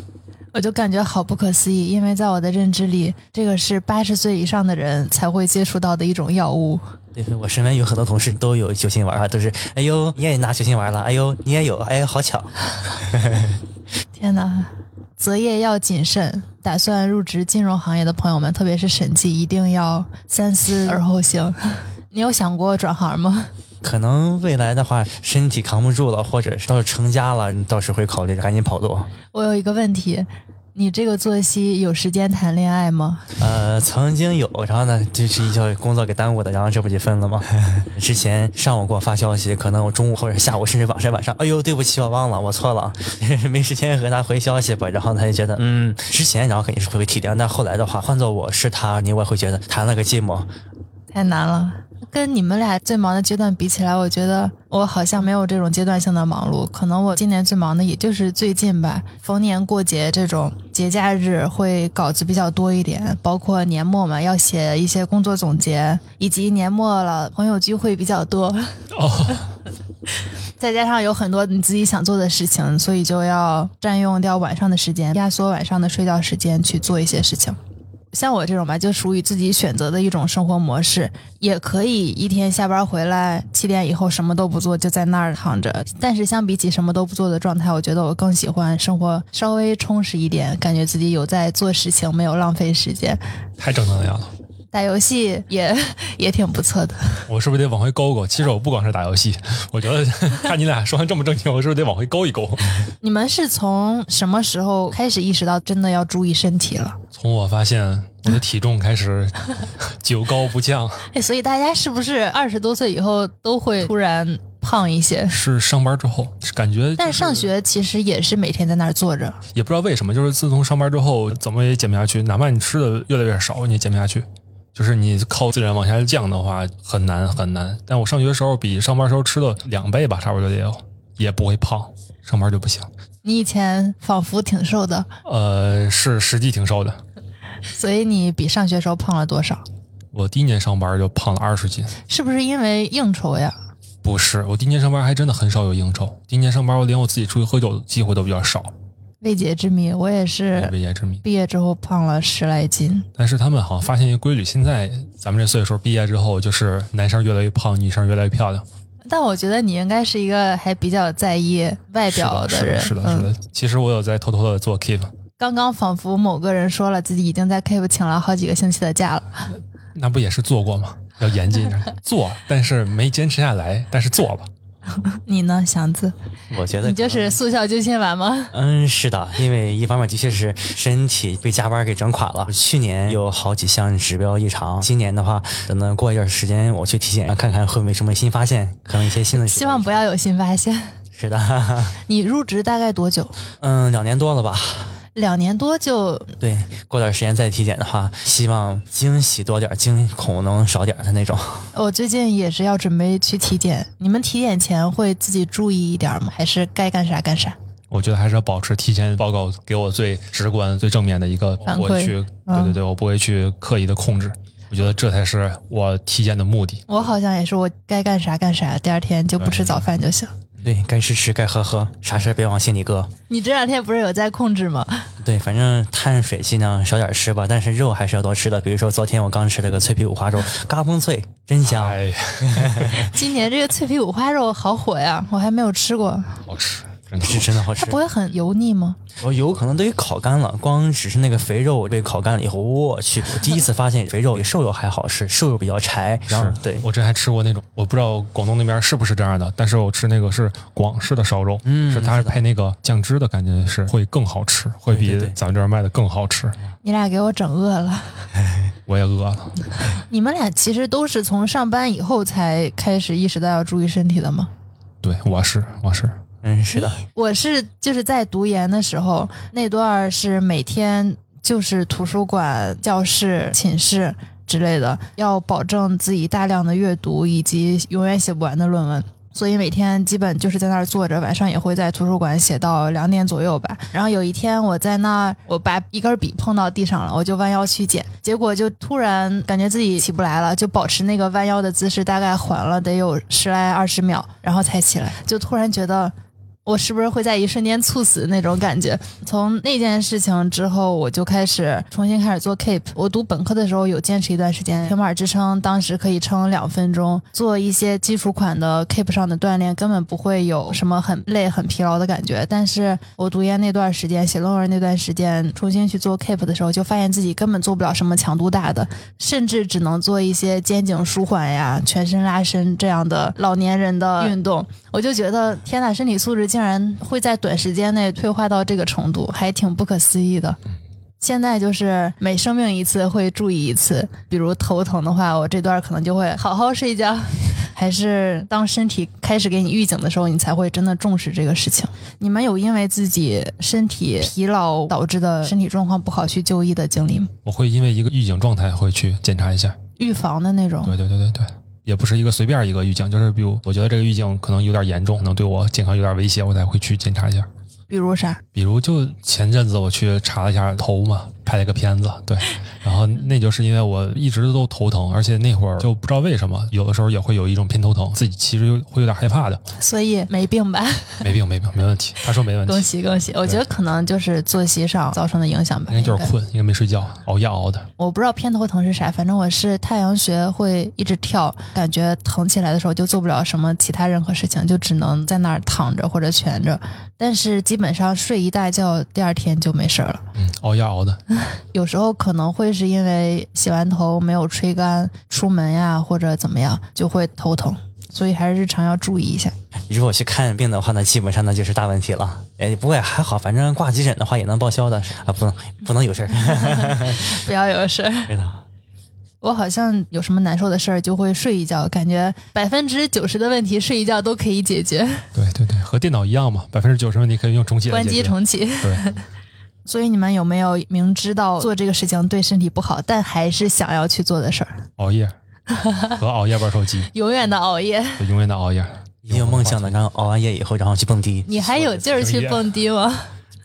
Speaker 3: 我就感觉好不可思议，因为在我的认知里，这个是八十岁以上的人才会接触到的一种药物。
Speaker 2: 对，我身边有很多同事都有救心丸啊，都是，哎呦，你也拿救心丸了，哎呦，你也有，哎呦，好巧。
Speaker 3: 天哪！择业要谨慎，打算入职金融行业的朋友们，特别是审计，一定要三思而后行。 你有想过转行吗？
Speaker 2: 可能未来的话，身体扛不住了，或者是到时候成家了，你到时候会考虑着赶紧跑路。
Speaker 3: 我有一个问题，你这个作息有时间谈恋爱吗？
Speaker 2: 呃，曾经有，然后呢，就是一些工作给耽误的，然后这不就分了吗？之前上午给我发消息，可能我中午或者下午，甚至晚上晚上，哎呦，对不起，我忘了，我错了，啊 没时间和他回消息吧。然后他就觉得，嗯，之前然后肯定是会体谅，但后来的话，换做我是他，你我也会觉得谈了个寂寞，
Speaker 3: 太难了。跟你们俩最忙的阶段比起来，我觉得我好像没有这种阶段性的忙碌。可能我今年最忙的也就是最近吧，逢年过节这种节假日会稿子比较多一点，包括年末嘛，要写一些工作总结，以及年末了朋友聚会比较多，
Speaker 1: 哦，
Speaker 3: 再加上有很多你自己想做的事情，所以就要占用掉晚上的时间，压缩晚上的睡觉时间去做一些事情。像我这种吧，就属于自己选择的一种生活模式，也可以一天下班回来七点以后什么都不做，就在那儿躺着。但是相比起什么都不做的状态，我觉得我更喜欢生活稍微充实一点，感觉自己有在做事情，没有浪费时间。
Speaker 1: 太正能量了。
Speaker 3: 打游戏也也挺不错的。
Speaker 1: 我是不是得往回勾勾？其实我不光是打游戏， 我觉得看你俩说完这么正经，我是不是得往回勾一勾？
Speaker 3: 你们是从什么时候开始意识到真的要注意身体了？
Speaker 1: 从我发现我的体重开始 久高不降，
Speaker 3: 哎，所以大家是不是二十多岁以后都会突然胖一些？
Speaker 1: 是上班之后，是感觉、就是
Speaker 3: 但上学其实也是每天在那儿坐着，
Speaker 1: 也不知道为什么，就是自从上班之后，怎么也减不下去，哪怕你吃的越来越少，你也减不下去。就是你靠自然往下降的话，很难很难。但我上学的时候比上班时候吃了两倍吧，差不多也有，也不会胖。上班就不行，
Speaker 3: 你以前仿佛挺瘦的，
Speaker 1: 呃，是实际挺瘦的。
Speaker 3: 所以你比上学时候胖了多少？
Speaker 1: 我第一年上班就胖了二十斤，
Speaker 3: 是不是因为应酬呀？
Speaker 1: 不是，我第一年上班还真的很少有应酬。第一年上班，我连我自己出去喝酒的机会都比较少，
Speaker 3: 未解之谜，我也
Speaker 1: 我
Speaker 3: 是
Speaker 1: 未解之 谜。
Speaker 3: 毕业之后胖了十来斤，
Speaker 1: 但是他们好像发现一个规律，现在咱们这岁数毕业之后，就是男生越来越胖，女生越来越漂亮。
Speaker 3: 但我觉得你应该是一个还比较在意外表
Speaker 1: 是
Speaker 3: 人，
Speaker 1: 的，是的，是的。
Speaker 3: 嗯。
Speaker 1: 是的其实我有在偷偷的做 keep，
Speaker 3: 刚刚仿佛某个人说了自己已经在 Keep 请了好几个星期的假了，
Speaker 1: 那不也是做过吗？要严谨一 点，做，但是没坚持下来，但是做吧。
Speaker 3: 你呢，祥子？
Speaker 2: 我觉得
Speaker 3: 你就
Speaker 2: 可能
Speaker 3: 是速效救心丸吗？
Speaker 2: 嗯，是的，因为一方面的确是身体被加班给整垮了。去年有好几项指标异常，今年的话，等到过一段时间我去体检，看看会不会有什么新发现，可能一些新的指标。
Speaker 3: 希望不要有新发现。
Speaker 2: 是的，
Speaker 3: 你入职大概多久？
Speaker 2: 嗯，两年多了吧。
Speaker 3: 两年多就
Speaker 2: 对，过段时间再体检的话，希望惊喜多点儿，惊恐能少点儿的那种。
Speaker 3: 我最近也是要准备去体检，你们体检前会自己注意一点吗？还是该干啥干啥？
Speaker 1: 我觉得还是要保持体检报告给我最直观、最正面的一个，我
Speaker 3: 反馈嗯
Speaker 1: 不会去，对对对，我不会去刻意的控制。我觉得这才是我体检的目的。
Speaker 3: 我好像也是，我该干啥干啥，第二天就不吃早饭就行。
Speaker 2: 对该吃吃，该喝喝，啥事儿别往心里搁。
Speaker 3: 你这两天不是有在控制吗？
Speaker 2: 对，反正碳水尽量少点儿吃吧，但是肉还是要多吃的。比如说昨天我刚吃了个脆皮五花肉，嘎嘣脆，真香。
Speaker 1: 哎呀，
Speaker 3: 今年这个脆皮五花肉好火呀，我还没有吃过，
Speaker 1: 好吃，真的好
Speaker 2: 是
Speaker 1: 吃。
Speaker 2: 真的好
Speaker 3: 它
Speaker 2: 吃
Speaker 3: 不，会很油腻吗？
Speaker 2: 我有可能都给烤干了，光只是那个肥肉被烤干了以后，我去，我第一次发现肥肉比瘦肉还好吃，瘦肉比较柴，然后对，
Speaker 1: 我之前还吃过那种，我不知道广东那边是不是这样的，但是我吃那个是广式的烧肉，
Speaker 2: 嗯
Speaker 1: 是它是配那个酱汁的感觉是会更好吃，会比
Speaker 2: 对对对
Speaker 1: 咱们这儿卖的更好吃。
Speaker 3: 你俩给我整饿了。
Speaker 1: 我也饿了，
Speaker 3: 你们俩其实都是从上班以后才开始意识到要注意身体的吗？
Speaker 1: 对，我是我是，
Speaker 2: 嗯，是的，
Speaker 3: 我是就是在读研的时候，那段儿是每天就是图书馆、教室、寝室之类的，要保证自己大量的阅读以及永远写不完的论文。所以每天基本就是在那儿坐着，晚上也会在图书馆写到两点左右吧。然后有一天我在那儿，我把一根笔碰到地上了，我就弯腰去捡，结果就突然感觉自己起不来了，就保持那个弯腰的姿势，大概缓了得有十来二十秒，然后才起来，就突然觉得我是不是会在一瞬间猝死那种感觉？从那件事情之后，我就开始重新开始做 keep。我读本科的时候有坚持一段时间，平板支撑当时可以撑两分钟，做一些基础款的 keep 上的锻炼，根本不会有什么很累、很疲劳的感觉。但是我读研那段时间、写论文那段时间，重新去做 keep 的时候，就发现自己根本做不了什么强度大的，甚至只能做一些肩颈舒缓呀、全身拉伸这样的老年人的运动。我就觉得天呐，身体素质竟然会在短时间内退化到这个程度，还挺不可思议的。现在就是每生病一次会注意一次，比如头疼的话，我这段可能就会好好睡觉， 还是当身体开始给你预警的时候，你才会真的重视这个事情。你们有因为自己身体疲劳导致的身体状况不好去就医的经历吗？
Speaker 1: 我会因为一个预警状态会去检查一下。
Speaker 3: 预防的那种？
Speaker 1: 对对对对对，也不是一个随便一个预警，就是比如我觉得这个预警可能有点严重，可能对我健康有点威胁，我才会去检查一下。
Speaker 3: 比如啥？
Speaker 1: 比如就前阵子我去查了一下头嘛，拍了一个片子，对，然后那就是因为我一直都头疼，而且那会儿就不知道为什么，有的时候也会有一种偏头疼，自己其实有会有点害怕的。
Speaker 3: 所以没病 吧？
Speaker 1: 没病没病，没问题。他说没问
Speaker 3: 恭
Speaker 1: 题，
Speaker 3: 喜恭喜！我觉得可能就是作息上造成的影响吧。
Speaker 1: 应该就是
Speaker 3: 应该
Speaker 1: 困，应该没睡觉，熬夜熬的。
Speaker 3: 我不知道偏头疼是啥，反正我是太阳穴会一直跳，感觉疼起来的时候就做不了什么其他任何事情，就只能在那儿躺着或者蜷着。但是基本上睡一大觉，第二天就没事儿了。
Speaker 1: 嗯，熬夜熬的，
Speaker 3: 有时候可能会是因为洗完头没有吹干，出门呀或者怎么样就会头疼，所以还是日常要注意一下。
Speaker 2: 如果去看病的话，那基本上那就是大问题了。哎，不过也还好，反正挂急诊的话也能报销的啊，不能不能有事儿。
Speaker 3: 不要有事儿。
Speaker 2: 对 的，
Speaker 3: 我好像有什么难受的事儿就会睡一觉，感觉百分之九十的问题睡一觉都可以解决，
Speaker 1: 对对对，和电脑一样嘛，百分之九十问题可以用重启来
Speaker 3: 关
Speaker 1: 解
Speaker 3: 机
Speaker 1: 决。
Speaker 3: 重启。
Speaker 1: 对，
Speaker 3: 所以你们有没有明知道做这个事情对身体不好，但还是想要去做的事儿？
Speaker 1: 熬 夜和熬夜玩手机，
Speaker 3: 永远的熬夜，
Speaker 1: 就永远的熬夜。
Speaker 2: 也有梦想的，然后熬完夜以后，然后去蹦迪。
Speaker 3: 你还有劲儿去蹦迪吗？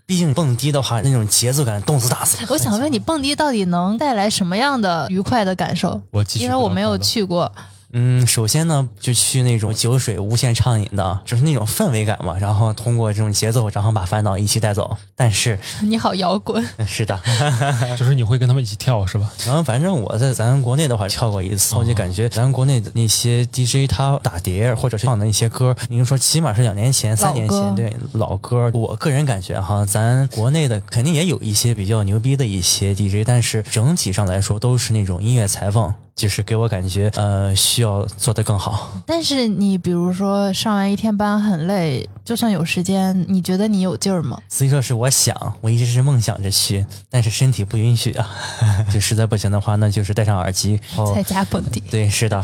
Speaker 2: 毕竟蹦迪的话，那种节奏感冻死打死。
Speaker 3: 我想问你，蹦迪到底能带来什么样的愉快的感受？
Speaker 1: 我继续
Speaker 3: 因为我没有
Speaker 1: 不能
Speaker 3: 去过，
Speaker 2: 嗯，首先呢，就去那种酒水无限畅饮的，就是那种氛围感嘛。然后通过这种节奏，然后把烦恼一起带走。但是，嗯
Speaker 3: 你好摇 滚，
Speaker 2: 是的，
Speaker 1: 快乐，就是你会跟他们一起跳是吧？
Speaker 2: 然后反正我在咱国内的话跳过一次，我就感觉咱国内的那些 DJ 他打碟或者是放的一些歌，您说起码是两年前、三年
Speaker 3: 老歌
Speaker 2: 前对老歌，我个人感觉哈，咱国内的肯定也有一些比较牛逼的一些 DJ，但是整体上来说都是那种音乐裁缝。就是给我感觉，呃，需要做得更好。
Speaker 3: 但是你比如说上完一天班很累，就算有时间，你觉得你有劲儿吗？
Speaker 2: 所以说是我想，我一直是梦想着去，但是身体不允许啊。 就实在不行的话，那就是戴上耳 机。哦
Speaker 3: 在，家蹦迪。
Speaker 2: 对，是的，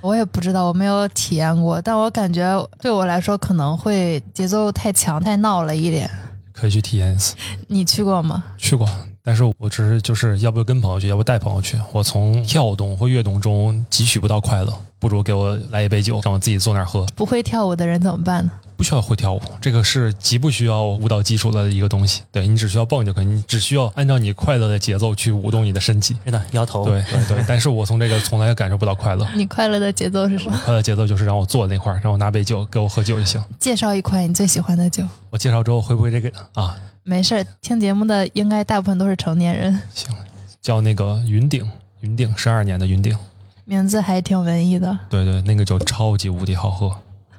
Speaker 3: 我也不知道，我没有体验过，但我感觉对我来说可能会节奏太强、太闹了一点。
Speaker 1: 可以去体验一次。
Speaker 3: 你去过吗？
Speaker 1: 去过，但是我只是就是要不跟朋友去，要不带朋友去。我从跳动或跃动中汲取不到快乐，不如给我来一杯酒，让我自己坐那儿喝。
Speaker 3: 不会跳舞的人怎么办呢？
Speaker 1: 不需要会跳舞，这个是极不需要舞蹈基础的一个东西。对你只需要蹦就可以，你只需要按照你快乐的节奏去舞动你的身体。
Speaker 2: 是的，摇头。
Speaker 1: 对对对，但是我从这个从来感受不到快乐。
Speaker 3: 你快乐的节奏是什么？
Speaker 1: 快乐节奏就是让我坐那块儿，让我拿杯酒给我喝酒就行。
Speaker 3: 介绍一款你最喜欢的酒。
Speaker 1: 我介绍之后会不会这个啊？
Speaker 3: 没事儿，听节目的应该大部分都是成年人，
Speaker 1: 行，叫那个云顶，云顶十二年的云顶，
Speaker 3: 名字还挺文艺的。
Speaker 1: 对对，那个酒超级无敌好喝。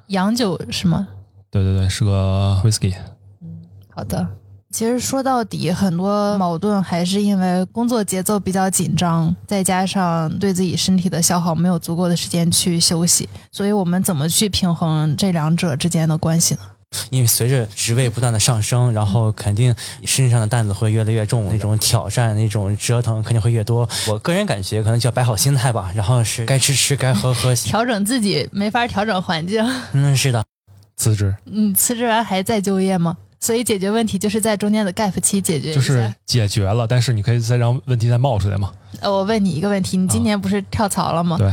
Speaker 3: 洋酒是吗？
Speaker 1: 对对对，是个 whisky。
Speaker 3: 好的。其实说到底，很多矛盾还是因为工作节奏比较紧张，再加上对自己身体的消耗，没有足够的时间去休息。所以我们怎么去平衡这两者之间的关系呢？
Speaker 2: 因为随着职位不断的上升，然后
Speaker 3: 嗯
Speaker 2: 肯定身上的担子会越来越重，那种挑战、那种折腾肯定会越多。我个人感觉，可能就要摆好心态吧，然后是该吃吃，该喝 喝。
Speaker 3: 调整自己没法调整环 境，
Speaker 2: 嗯，是的，
Speaker 1: 辞职
Speaker 3: 你嗯辞职完还在就业吗？所以解决问题就是在中间的 gap 期解决一下。
Speaker 1: 就是解决了，但是你可以再让问题再冒出来嘛？
Speaker 3: 呃，我问你一个问题，你今
Speaker 1: 啊
Speaker 3: 年不是跳槽了吗？
Speaker 1: 对，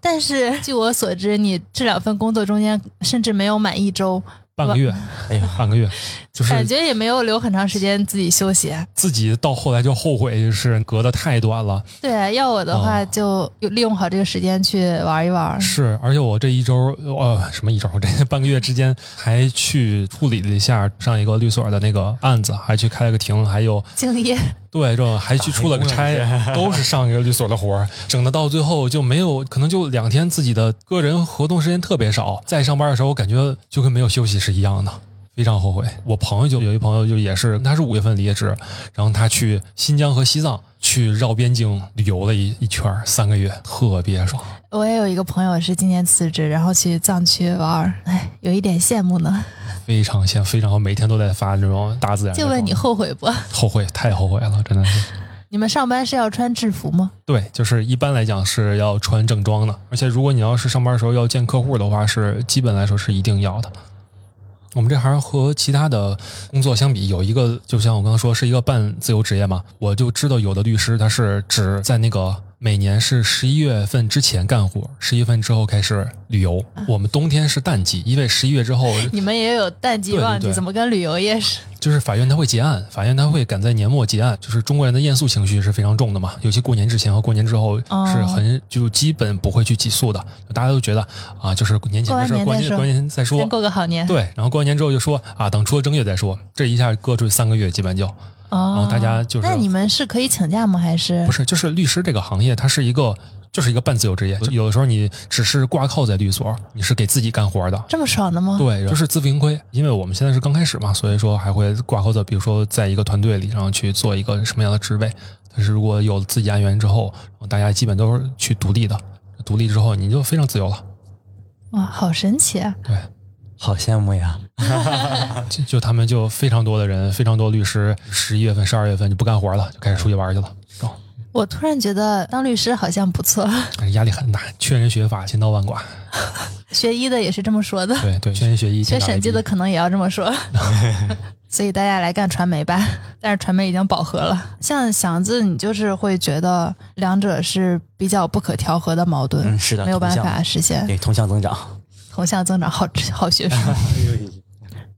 Speaker 3: 但是 据我所知，你这两份工作中间甚至没有满一周，
Speaker 1: 半个月，
Speaker 2: 哎呀，
Speaker 1: 半个月，就是
Speaker 3: 感觉也没有留很长时间自己休息。啊
Speaker 1: 自己到后来就后悔，就是隔得太短了。
Speaker 3: 对啊，要我的话
Speaker 1: 哦
Speaker 3: 就利用好这个时间去玩一玩。
Speaker 1: 是，而且我这一周，呃，什么一周，我这 半个月之间还去处理了一下上一个律所的那个案子，还去开了个庭，还有
Speaker 3: 敬业，
Speaker 1: 对，这还去出了个差，都 是上一个律所的活儿，整的到最后就没有，可能就两天自己的个人活动时间特别少，在上班的时候感觉就跟没有休息是一样的。非常后悔，我朋友就有一朋友就也是，他是五月份离的职，然后他去新疆和西藏去绕边境旅游了一一圈儿，三个月，特别爽。
Speaker 3: 我也有一个朋友是今年辞职，然后去藏区玩儿，哎，有一点羡慕呢。
Speaker 1: 非常现非常好，每天都在发这种大自然的
Speaker 3: 就
Speaker 1: 状态。
Speaker 3: 问你后悔不？
Speaker 1: 后悔，太后悔了，真的是。
Speaker 3: 你们上班是要穿制服吗？
Speaker 1: 对，就是一般来讲是要穿正装的，而且如果你要是上班的时候要见客户的话，是基本来说是一定要的。我们这行和其他的工作相比，有一个就像我刚刚说是一个半自由职业嘛，我就知道有的律师他是只在那个每年是十一月份之前干活，十一月份之后开始旅游。我们冬天是淡季，因为十一月之后
Speaker 3: 你们也有淡季
Speaker 1: 对对
Speaker 3: 旺季，
Speaker 1: 对
Speaker 3: 怎么跟旅游业是？
Speaker 1: 就是法院他会结案，法院他会赶在年末结案，就是中国人的厌诉情绪是非常重的嘛，尤其过年之前和过年之后
Speaker 3: 哦
Speaker 1: 是很、就基本不会去起诉的，大家都觉得啊，就是年前的事儿，
Speaker 3: 过
Speaker 1: 关
Speaker 3: 完年再
Speaker 1: 键
Speaker 3: 说
Speaker 1: 关键再说
Speaker 3: 先，过个好年。
Speaker 1: 对，然后过完年之后就说啊，等出了正月再说，这一下搁出三个月，基本就然
Speaker 3: 哦
Speaker 1: 后大家就是
Speaker 3: 那你们是可以请假吗？还是
Speaker 1: 不是，就是律师这个行业，它是一个就是一个半自由职业，有的时候你只是挂靠在律所，你是给自己干活的，
Speaker 3: 这么爽的吗？
Speaker 1: 对，啊就是自负盈亏，因为我们现在是刚开始嘛，所以说还会挂钩在，比如说在一个团队里，然后去做一个什么样的职位。但是如果有自己案源之后，大家基本都是去独立的，独立之后你就非常自由了。
Speaker 3: 哇，好神奇啊！
Speaker 1: 对，
Speaker 2: 好羡慕呀！
Speaker 1: 就就他们就非常多的人，非常多律师，十一月份、十二月份就不干活了，就开始出去玩去了。哦
Speaker 3: 我突然觉得当律师好像不错，
Speaker 1: 压力很大，劝人学法，千刀万剐。
Speaker 3: 学医的也是这么说的，
Speaker 1: 对对，劝人学医，
Speaker 3: 学
Speaker 1: 千刀万
Speaker 3: 审计的
Speaker 1: 剐
Speaker 3: 可能也要这 么说。所以大家来干传媒吧，但是传媒已经饱和了。像祥子，你就是会觉得两者是比较不可调和的矛盾，
Speaker 2: 嗯，是的，
Speaker 3: 没有办
Speaker 2: 同向，
Speaker 3: 法实现
Speaker 2: 对，同哎向增长。
Speaker 3: 同向增长，好 好学术。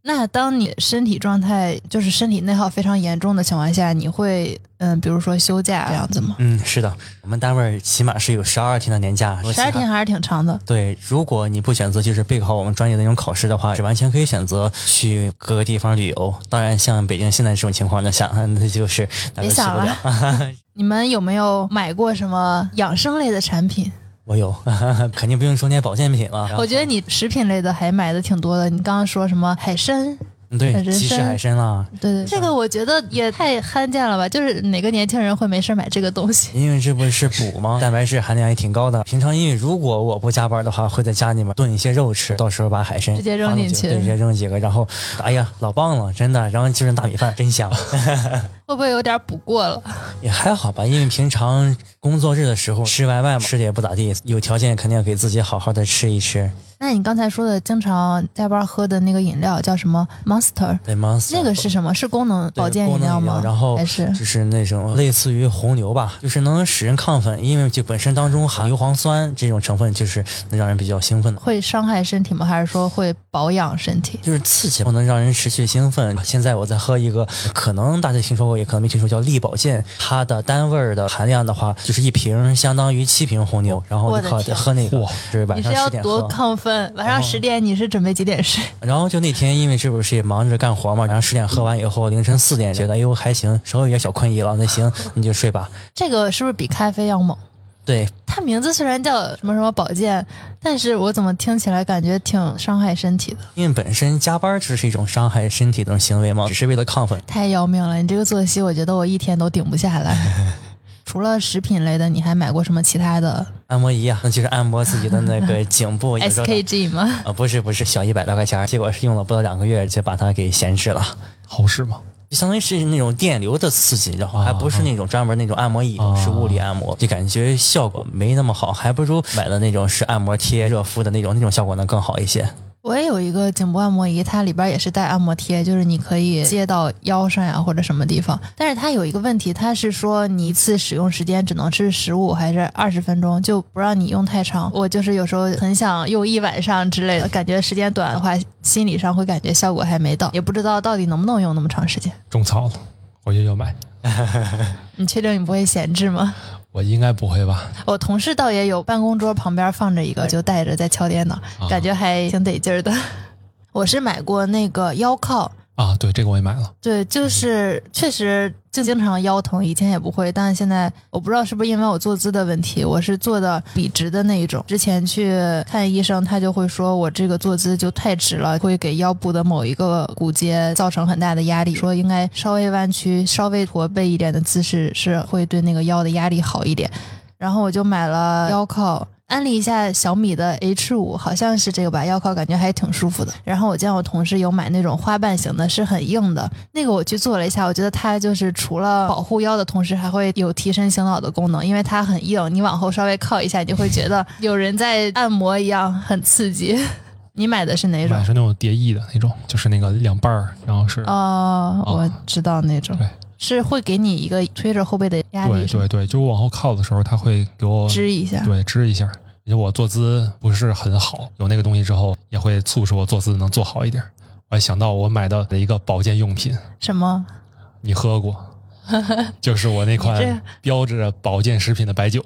Speaker 3: 那当你身体状态就是身体内耗非常严重的情况下，你会嗯，比如说休假这样子吗？
Speaker 2: 嗯，是的，我们单位起码是有十二天的年假，
Speaker 3: 十二天还是挺长的。
Speaker 2: 对，如果你不选择就是备考我们专业的那种考试的话，是完全可以选择去各个地方旅游。当然，像北京现在这种情况的下，那就是哪
Speaker 3: 别
Speaker 2: 都去
Speaker 3: 想
Speaker 2: 不
Speaker 3: 了
Speaker 2: 了。
Speaker 3: 你们有没有买过什么养生类的产品？
Speaker 2: 我有， 肯定不用说那些保健品了。然后
Speaker 3: 我觉得你食品类的还买的挺多的。你刚刚说什么海参？
Speaker 2: 嗯对
Speaker 3: 人，参
Speaker 2: 鸡翅海参啦，
Speaker 3: 对对，这个我觉得也太罕见了吧？就是哪个年轻人会没事买这个东西？
Speaker 2: 因为这不是补吗？蛋白质含量也挺高的。平常因为如果我不加班的话，会在家里面炖一些肉吃，到时候把海参
Speaker 3: 直接扔
Speaker 2: 放
Speaker 3: 进去
Speaker 2: 对，直接扔几个，然后哎呀，老棒了，真的。然后就剩大米饭，真 香。
Speaker 3: 会不会有点补过了？
Speaker 2: 也还好吧，因为平常工作日的时候吃外卖嘛，吃的也不咋地，有条件肯定要给自己好好的吃一吃。
Speaker 3: 那你刚才说的经常加班喝的那个饮料叫什么？Monster？
Speaker 2: 对吗？
Speaker 3: 那个是什么？是功能保健饮料吗？
Speaker 2: 然后
Speaker 3: 还是
Speaker 2: 就是那种类似于红牛吧，就是能使人亢奋，因为就本身当中含硫磺酸这种成分，就是能让人比较兴奋的。
Speaker 3: 会伤害身体吗？还是说会保养身体？
Speaker 2: 就是刺激，能让人持续兴奋。现在我在喝一个，可能大家听说过，也可能没听说，叫力保健。它的单味儿的含量的话，就是一瓶相当于七瓶红牛，然后
Speaker 3: 我
Speaker 2: 我
Speaker 3: 的
Speaker 2: 就靠
Speaker 3: 天
Speaker 2: 喝那个，
Speaker 1: 哇
Speaker 2: 就是晚
Speaker 3: 你是
Speaker 2: 上
Speaker 3: 要
Speaker 2: 十点喝
Speaker 3: 多。亢奋？晚上十点你是准备几点睡？
Speaker 2: 然后就那天，因为这不是也忙着干活嘛，然后十点喝完以后，凌晨四点 觉得，哎呦还行，稍微有点小困意了，那行你就睡吧。
Speaker 3: 这个是不是比咖啡要猛？
Speaker 2: 对，
Speaker 3: 它名字虽然叫什么什么保健，但是我怎么听起来感觉挺伤害身体的？
Speaker 2: 因为本身加班这是一种伤害身体的行为嘛，只是为了亢奋。
Speaker 3: 太要命了！你这个作息，我觉得我一天都顶不下来。除了食品类的，你还买过什么其他的
Speaker 2: 按摩仪啊，那就是按摩自己的那个颈部。有 时候
Speaker 3: SKG 吗？
Speaker 2: 啊，不是不是，小一百来块钱儿，结果是用了不到两个月就把它给闲置了。
Speaker 1: 好事嘛，
Speaker 2: 就相当于是那种电流的刺激，然后还不是那种专门那种按摩椅，
Speaker 1: 啊
Speaker 2: 是物理按摩，就感觉效果没那么好，还不如买的那种是按摩贴、热敷的那种，那种效果能更好一些。
Speaker 3: 我也有一个颈部按摩仪，它里边也是带按摩贴，就是你可以接到腰上呀或者什么地方。但是它有一个问题，它是说你一次使用时间只能是十五还是二十分钟，就不让你用太长。我就是有时候很想用一晚上之类的，感觉时间短的话，心理上会感觉效果还没到，也不知道到底能不能用那么长时间。
Speaker 1: 种草了，回去就买。
Speaker 3: 你确定你不会闲置吗？
Speaker 1: 我应该不会吧？
Speaker 3: 我同事倒也有，办公桌旁边放着一个，就带着在敲电脑，感觉还挺得劲儿的。我是买过那个腰靠，
Speaker 1: 啊，对，这个我也买了。
Speaker 3: 对，就是确实就经常腰疼，以前也不会，但是现在我不知道是不是因为我坐姿的问题，我是坐的笔直的那一种。之前去看医生，他就会说我这个坐姿就太直了，会给腰部的某一个骨节造成很大的压力，说应该稍微弯曲、稍微驼背一点的姿势是会对那个腰的压力好一点。然后我就买了腰靠。安利一下小米的 H 五，好像是这个吧，腰靠感觉还挺舒服的。然后我见我同事有买那种花瓣型的，是很硬的，那个我去做了一下，我觉得它就是除了保护腰的同时，还会有提神醒脑的功能，因为它很硬，你往后稍微靠一下，你就会觉得有人在按摩一样，很刺激。你买的是哪种
Speaker 1: 买？是那种叠翼的那种，就是那个两半儿，然后是、
Speaker 3: 哦，
Speaker 1: 哦
Speaker 3: 我知道那种
Speaker 1: 对，
Speaker 3: 是会给你一个推着后背的压
Speaker 1: 对
Speaker 3: 力，
Speaker 1: 对对，就我往后靠的时候，它会给我
Speaker 3: 支一下。
Speaker 1: 对支一下。因为我坐姿不是很好，有那个东西之后，也会促使我坐姿能做好一点。我还想到我买到的一个保健用品，
Speaker 3: 什么？
Speaker 1: 你喝过， 就是我那
Speaker 3: 你这
Speaker 1: 款标着保健食品的白酒，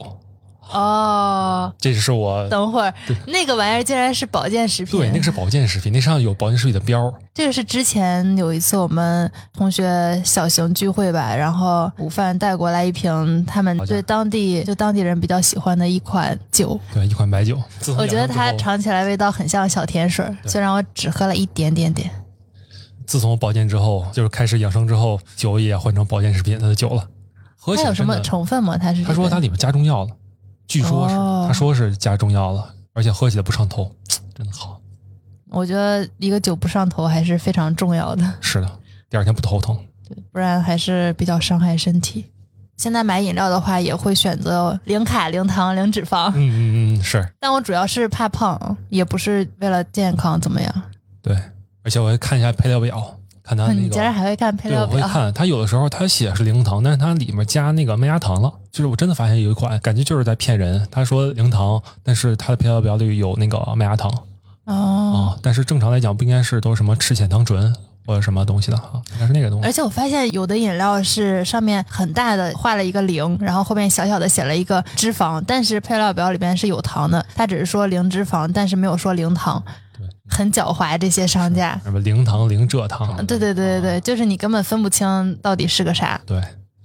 Speaker 3: 哦，
Speaker 1: 这是我
Speaker 3: 等会儿那个玩意儿竟然是保健食品，
Speaker 1: 对那个是保健食品，那上有保健食品的标儿，
Speaker 3: 这个是之前有一次我们同学小型聚会吧，然后午饭带过来一瓶他们
Speaker 1: 好像
Speaker 3: 对当地就当地人比较喜欢的一款酒，
Speaker 1: 对，一款白酒。自从
Speaker 3: 我觉得
Speaker 1: 养生之
Speaker 3: 它
Speaker 1: 后
Speaker 3: 尝起来味道很像小甜水儿，
Speaker 1: 对
Speaker 3: 虽然我只喝了一点点点。
Speaker 1: 自从保健之后，就是开始养生之后，酒也换成保健食品的酒了。喝起
Speaker 3: 它
Speaker 1: 来
Speaker 3: 有什
Speaker 1: 真
Speaker 3: 么
Speaker 1: 的
Speaker 3: 成分吗？它是
Speaker 1: 他说它里面加中药了，据说是、
Speaker 3: 哦
Speaker 1: 他说是加中药了，而且喝起来不上头，真的好。
Speaker 3: 我觉得一个酒不上头还是非常重要的，
Speaker 1: 是的，第二天不头疼。
Speaker 3: 不然还是比较伤害身体。现在买饮料的话，也会选择零卡、零糖、零脂肪。
Speaker 1: 嗯嗯嗯，是
Speaker 3: 但我主要是怕胖，也不是为了健康怎么样。
Speaker 1: 对，而且我还看一下配料表，看它啊
Speaker 3: 嗯
Speaker 1: 那
Speaker 3: 你竟然
Speaker 1: 个。
Speaker 3: 还会看配
Speaker 1: 对，我
Speaker 3: 料
Speaker 1: 会
Speaker 3: 表？
Speaker 1: 看它有的时候它写是零糖，但是它里面加那个麦芽糖了。就是我真的发现有一款感觉就是在骗人，他说零糖，但是它的配料表里有那个麦芽糖
Speaker 3: 哦，
Speaker 1: 啊。但是正常来讲不应该是都是什么赤藓糖醇或者什么东西的啊，应该是那个东西
Speaker 3: 而。且我发现有的饮料是上面很大的画了一个零，然后后面小小的写了一个脂肪，但是配料表里边是有糖的，它只是说零脂肪，但是没有说零糖，
Speaker 1: 对，
Speaker 3: 很狡猾这些商家。
Speaker 1: 什么零糖零蔗糖，
Speaker 3: 对对对对
Speaker 1: 哦
Speaker 3: 对，就是你根本分不清到底是个啥，
Speaker 1: 对，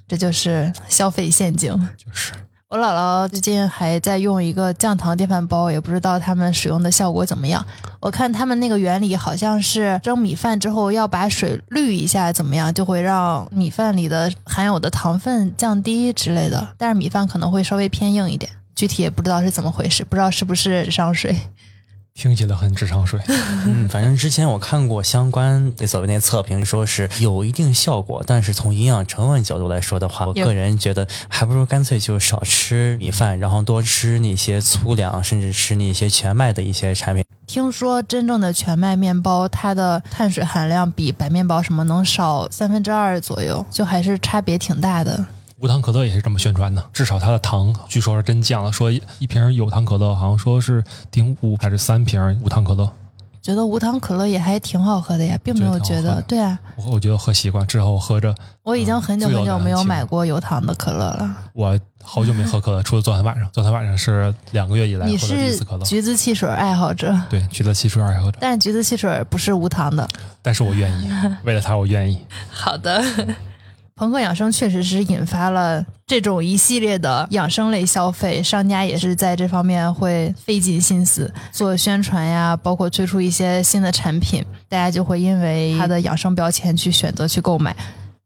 Speaker 3: 这就是消费陷阱。
Speaker 1: 就是
Speaker 3: 我姥姥最近还在用一个降糖电饭煲，也不知道他们使用的效果怎么样。我看他们那个原理好像是蒸米饭之后要把水滤一下，怎么样就会让米饭里的含有的糖分降低之类的。但是米饭可能会稍微偏硬一点，具体也不知道是怎么回事，不知道是不是上水。
Speaker 1: 听起来很智商税。
Speaker 2: 嗯，反正之前我看过相关的所谓那测评，说是有一定效果，但是从营养成分角度来说的话，我
Speaker 3: 有
Speaker 2: 个人觉得还不如干脆就少吃米饭，然后多吃那些粗粮，甚至吃那些全麦的一些产品。
Speaker 3: 听说真正的全麦面包，它的碳水含量比白面包什么能少三分之二左右，就还是差别挺大的。
Speaker 1: 无糖可乐也是这么宣传的，至少它的糖据说是真降了，说一一瓶有糖可乐好像说是顶五还是三瓶无糖可乐，
Speaker 3: 觉得无糖可乐也还挺好喝的呀，并没有觉
Speaker 1: 觉得挺好
Speaker 3: 得
Speaker 1: 喝的
Speaker 3: 对啊，
Speaker 1: 我我觉得喝习惯之后喝着，
Speaker 3: 我已经很久很久没有
Speaker 1: 嗯
Speaker 3: 买过有糖的可乐了。
Speaker 1: 我好久没喝可乐，除了昨天晚上，昨天晚上是两个月以来
Speaker 3: 你
Speaker 1: 喝的第一
Speaker 3: 是
Speaker 1: 次可乐，
Speaker 3: 橘子汽水爱好者，
Speaker 1: 对，橘子汽水爱喝者，
Speaker 3: 但是橘子汽水不是无糖的。
Speaker 1: 但是我愿 意，为了它我愿意。
Speaker 3: 好的，朋克养生确实是引发了这种一系列的养生类消费，商家也是在这方面会费尽心思做宣传呀，包括推出一些新的产品，大家就会因为它的养生标签去选择去购买。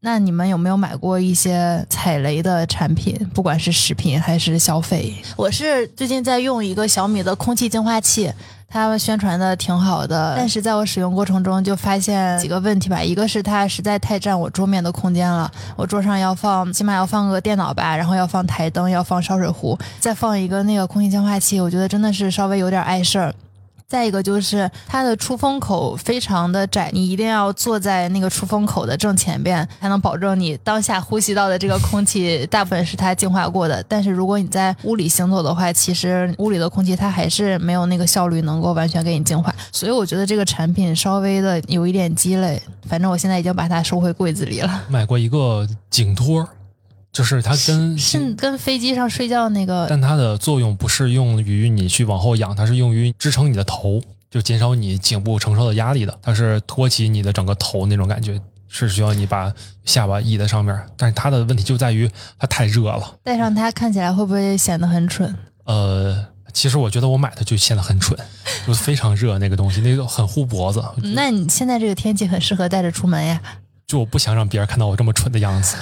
Speaker 3: 那你们有没有买过一些踩雷的产品，不管是食品还是消费？我是最近在用一个小米的空气净化器，它们宣传的挺好的，但是在我使用过程中就发现几个问题吧。一个是它实在太占我桌面的空间了，我桌上要放起码要放个电脑吧，然后要放台灯，要放烧水壶，再放一个那个空气净化器，我觉得真的是稍微有点碍事儿。再一个就是它的出风口非常的窄，你一定要坐在那个出风口的正前边，才能保证你当下呼吸到的这个空气大部分是它净化过的。但是如果你在屋里行走的话，其实屋里的空气它还是没有那个效率能够完全给你净化。所以我觉得这个产品稍微的有一点鸡肋，反正我现在已经把它收回柜子里了。
Speaker 1: 买过一个颈托，就是它跟
Speaker 3: 是嗯跟飞机上睡觉那个
Speaker 1: 但它的作用不是用于你去往后仰，它是用于支撑你的头，就减少你颈部承受的压力的。它是托起你的整个头那种感觉，是需要你把下巴倚在上面。但是它的问题就在于它太热了。
Speaker 3: 戴上它，看起来会不会显得很蠢？
Speaker 1: 呃，其实我觉得我买的就显得很蠢，就非常热那个东西，那个很护脖子。
Speaker 3: 嗯那你现在这个天气很适合带着出门呀。
Speaker 1: 就我不想让别人看到我这么蠢的样子。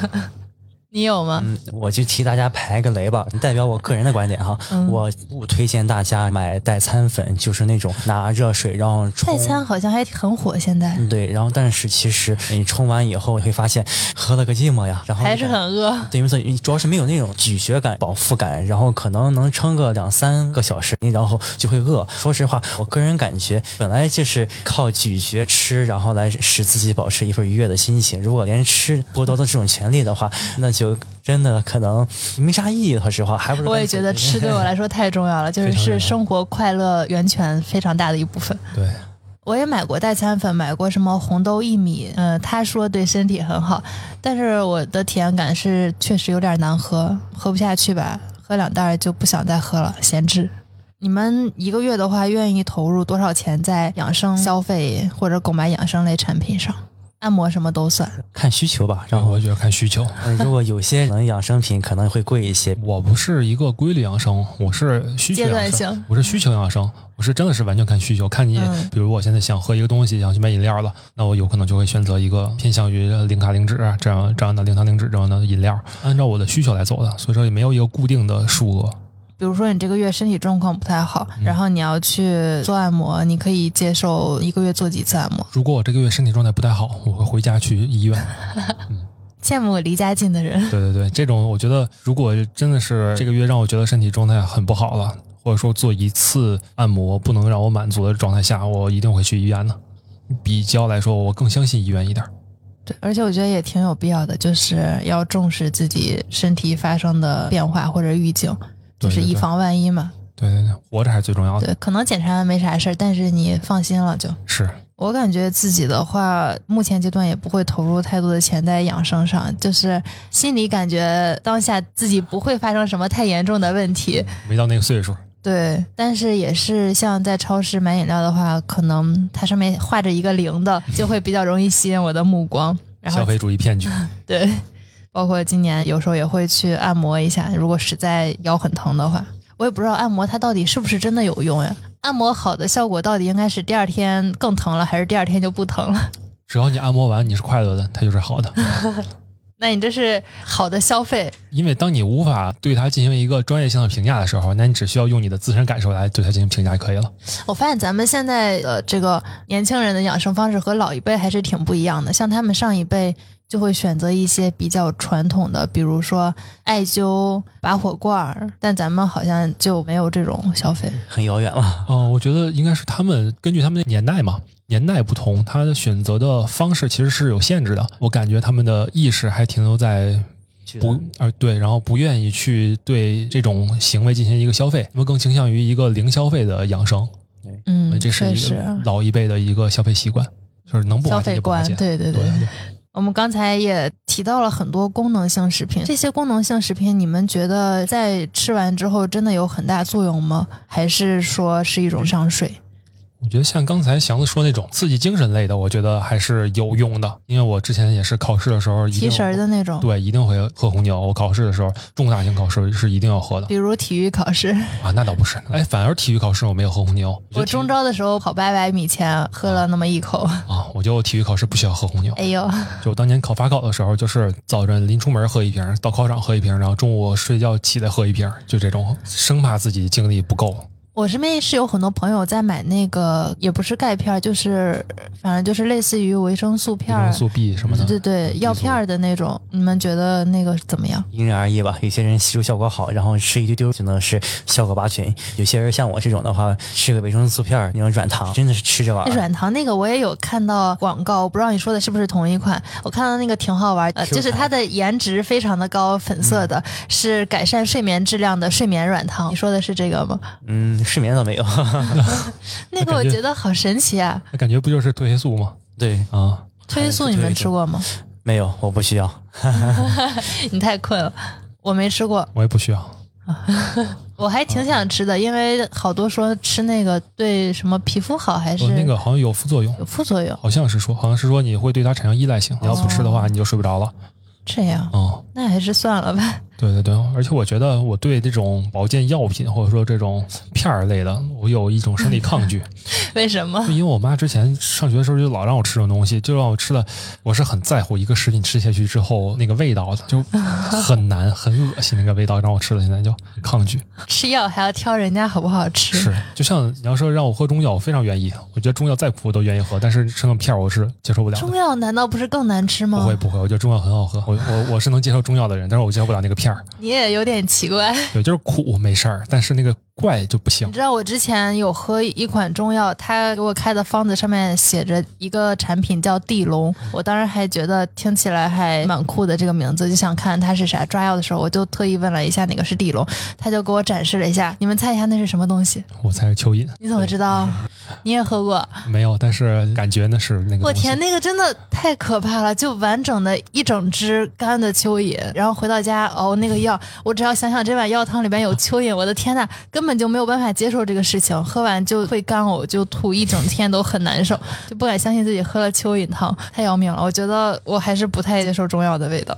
Speaker 3: 你有吗？
Speaker 2: 嗯，我就替大家排个雷吧，代表我个人的观点哈。
Speaker 3: 嗯
Speaker 2: 我不推荐大家买代餐粉，就是那种拿热水然后冲
Speaker 3: 代。餐好像还很火，现在
Speaker 2: 嗯对，然后但是其实你冲完以后，你会发现喝了个寂寞呀，然后
Speaker 3: 还是
Speaker 2: 感
Speaker 3: 很饿。
Speaker 2: 对，因为所以主要是没有那种咀嚼感、饱腹感，然后可能能撑个两三个小时，你然后就会饿。说实话，我个人感觉本来就是靠咀嚼吃，然后来使自己保持一份愉悦的心情。如果连吃剥夺了这种权利的话，那就真的可能没啥意义。说实话，还不如
Speaker 3: 我也
Speaker 2: 干脆
Speaker 3: 觉得吃对我来说太重要了，就是
Speaker 2: 嗯非常重要
Speaker 3: 是生活快乐源泉非常大的一部分。
Speaker 2: 对
Speaker 3: 我也买过代餐粉，买过什么红豆薏米，呃，他说对身体很好，但是我的体验感是确实有点难喝，喝不下去吧，喝两袋儿就不想再喝了，闲置。你们一个月的话，愿意投入多少钱在养生消费或者购买养生类产品上？按摩什么都算，
Speaker 2: 看需求吧。然
Speaker 1: 然后
Speaker 2: 后
Speaker 1: 我觉得看需求。
Speaker 2: 呃如果有些可能养生品可能会贵一些，
Speaker 1: 我不是一个规律养生，我是需求
Speaker 3: 阶段
Speaker 1: 养
Speaker 3: 性
Speaker 1: 生，我是需求养生，我是真的是完全看需求，看你，
Speaker 3: 嗯
Speaker 1: 比如我现在想喝一个东西，想去买饮料了，那我有可能就会选择一个偏向于零卡零脂啊这样这样的零糖零脂这样的饮料，按照我的需求来走的，所以说也没有一个固定的数额。
Speaker 3: 比如说你这个月身体状况不太好，
Speaker 1: 嗯
Speaker 3: 然后你要去做按摩，你可以接受一个月做几次按摩。
Speaker 1: 如果我这个月身体状态不太好，我会回家去医院。
Speaker 3: 羡慕离家近的人，
Speaker 1: 对对对，这种我觉得，如果真的是这个月让我觉得身体状态很不好了，或者说做一次按摩不能让我满足的状态下，我一定会去医院的。比较来说，我更相信医院一点。
Speaker 3: 对，而且我觉得也挺有必要的，就是要重视自己身体发生的变化或者预警，就
Speaker 1: 对
Speaker 3: 是
Speaker 1: 对啊
Speaker 3: 以
Speaker 1: 对
Speaker 3: 防万一嘛。
Speaker 1: 对对对，活着还是最重要的。
Speaker 3: 对，可能检查完没啥事儿，但是你放心了就。
Speaker 1: 是，
Speaker 3: 我感觉自己的话，目前阶段也不会投入太多的钱在养生上，就是心里感觉当下自己不会发生什么太严重的问题，
Speaker 1: 没到那个岁数。
Speaker 3: 对，但是也是像在超市买饮料的话，可能它上面画着一个零的，就会比较容易吸引我的目光。然
Speaker 1: 消
Speaker 3: 后
Speaker 1: 费主义骗局，
Speaker 3: 对，包括今年有时候也会去按摩一下，如果实在腰很疼的话，我也不知道按摩它到底是不是真的有用呀？按摩好的效果到底应该是第二天更疼了，还是第二天就不疼了？
Speaker 1: 只要你按摩完你是快乐的，它就是好的。
Speaker 3: 那你这是好的消费，
Speaker 1: 因为当你无法对它进行一个专业性的评价的时候，那你只需要用你的自身感受来对它进行评价就可以了。
Speaker 3: 我发现咱们现在呃这个年轻人的养生方式和老一辈还是挺不一样的，像他们上一辈就会选择一些比较传统的，比如说艾灸、拔火罐儿，但咱们好像就没有这种消费。
Speaker 2: 很遥远了。
Speaker 1: 哦，我觉得应该是他们根据他们的年代嘛，年代不同，他的选择的方式其实是有限制的。我感觉他们的意识还停留在不啊对，然后不愿意去对这种行为进行一个消费，他们更倾向于一个零消费的养生，
Speaker 3: 嗯，
Speaker 1: 哎这是
Speaker 3: 确
Speaker 1: 一
Speaker 3: 实
Speaker 1: 个老一辈的一个消费习惯，就是能不
Speaker 3: 消
Speaker 1: 花钱
Speaker 3: 费
Speaker 1: 就不花
Speaker 3: 观，
Speaker 1: 钱。
Speaker 3: 对对
Speaker 1: 对啊对，
Speaker 3: 我们刚才也提到了很多功能性食品，这些功能性食品，你们觉得在吃完之后真的有很大作用吗？还是说是一种上水？
Speaker 1: 我觉得像刚才祥子说那种刺激精神类的，我觉得还是有用的，因为我之前也是考试的时候一
Speaker 3: 提
Speaker 1: 定
Speaker 3: 神儿的那种，
Speaker 1: 对，一定会喝红牛。我考试的时候，重大型考试是一定要喝的
Speaker 3: 比如体育考试。
Speaker 1: 啊，那倒不是，哎，反而体育考试我没有喝红牛，
Speaker 3: 嗯我中招的时候跑八百米前喝了那么 一口，
Speaker 1: 啊，我就体育考试不需要喝红牛
Speaker 3: 哎，呦，
Speaker 1: 就当年考法考的时候，就是早晨临出门喝一瓶，到考场喝一瓶，然后中午睡觉起来喝一瓶，就这种，生怕自己精力不够。
Speaker 3: 我身边是有很多朋友在买那个，也不是钙片儿，就是反正就是类似于维生素
Speaker 1: 维
Speaker 3: 片儿
Speaker 1: 生，素 B 什么的，
Speaker 3: 对嗯对对，药片儿的那种。你们觉得那个怎么样？
Speaker 2: 因人而异吧，有些人吸收效果好，然后吃一丢丢就能是效果拔群；有些人像我这种的话，吃个维生素片儿，那种软糖，真的是吃着
Speaker 1: 啊
Speaker 2: 玩
Speaker 3: 那
Speaker 2: 儿。
Speaker 3: 软糖那个我也有看到广告，我不知道你说的是不是同一款。我看到那个挺好玩，呃，
Speaker 2: Q
Speaker 3: 就是它的颜值非常的高，粉色
Speaker 1: 嗯
Speaker 3: 的，是改善睡眠质量的睡眠软糖。你说的是这个吗？
Speaker 2: 嗯，失眠倒没有。
Speaker 3: 那个我
Speaker 1: 感觉哎
Speaker 3: 觉得好神奇啊！
Speaker 1: 那感觉不就是褪黑素吗？
Speaker 2: 对，
Speaker 1: 啊，
Speaker 3: 褪黑素你们吃过吗？
Speaker 2: 没有，我不需要。
Speaker 3: 你太困了，我没吃过。
Speaker 1: 我也不需要。
Speaker 3: 我还挺想吃的，因为好多说吃那个对什么皮肤好还是
Speaker 1: 我哦那个好像有副作用，
Speaker 3: 有副作用。
Speaker 1: 好像是说，好像是
Speaker 3: 哦
Speaker 1: 说你会对它产生依赖性，你要不吃的话你就睡不着了。
Speaker 3: 这样，
Speaker 1: 嗯，
Speaker 3: 那还是算了吧。
Speaker 1: 对对对，而且我觉得我对这种保健药品或者说这种片儿类的，我有一种生理抗拒，
Speaker 3: 嗯为什么？
Speaker 1: 因为我妈之前上学的时候就老让我吃这种东西，就让我吃了，我是很在乎一个食品吃下去之后那个味道的， 就很难很恶心那个味道，让我吃了现在就抗拒。
Speaker 3: 吃药还要挑人家好不好吃？
Speaker 1: 是，就像你要说让我喝中药，我非常愿意，我觉得中药再苦我都愿意喝，但是吃个片儿我是接受不了的
Speaker 3: 中。药难道不是更难吃吗？
Speaker 1: 不会不会，我觉得中药很好喝，我我我是能接受中药的人，但是我接受不了那个片儿，
Speaker 3: 你也有点 奇怪。
Speaker 1: 对，就是苦没事儿，但是那个怪就不行
Speaker 3: 你。知道我之前有喝一款中药，他给我开的方子上面写着一个产品叫地龙，我当时还觉得听起来还蛮酷的这个名字，就想看它是啥。抓药的时候我就特意问了一下哪个是地龙，他就给我展示了一下，你们猜一下那是什么东西？
Speaker 1: 我猜是蚯蚓，
Speaker 3: 你怎么知道？你也喝过？
Speaker 1: 没有，但是感觉那是那个。
Speaker 3: 我天，！那个真的太可怕了！就完整的一整只干的蚯蚓，然后回到家熬那个药，我只要想想这碗药汤里边有蚯蚓，我的天呐，根本就没有办法接受这个事情，喝完就会干呕，就吐，一整天都很难受，就不敢相信自己喝了蚯蚓汤，太要命了！我觉得我还是不太接受中药的味道，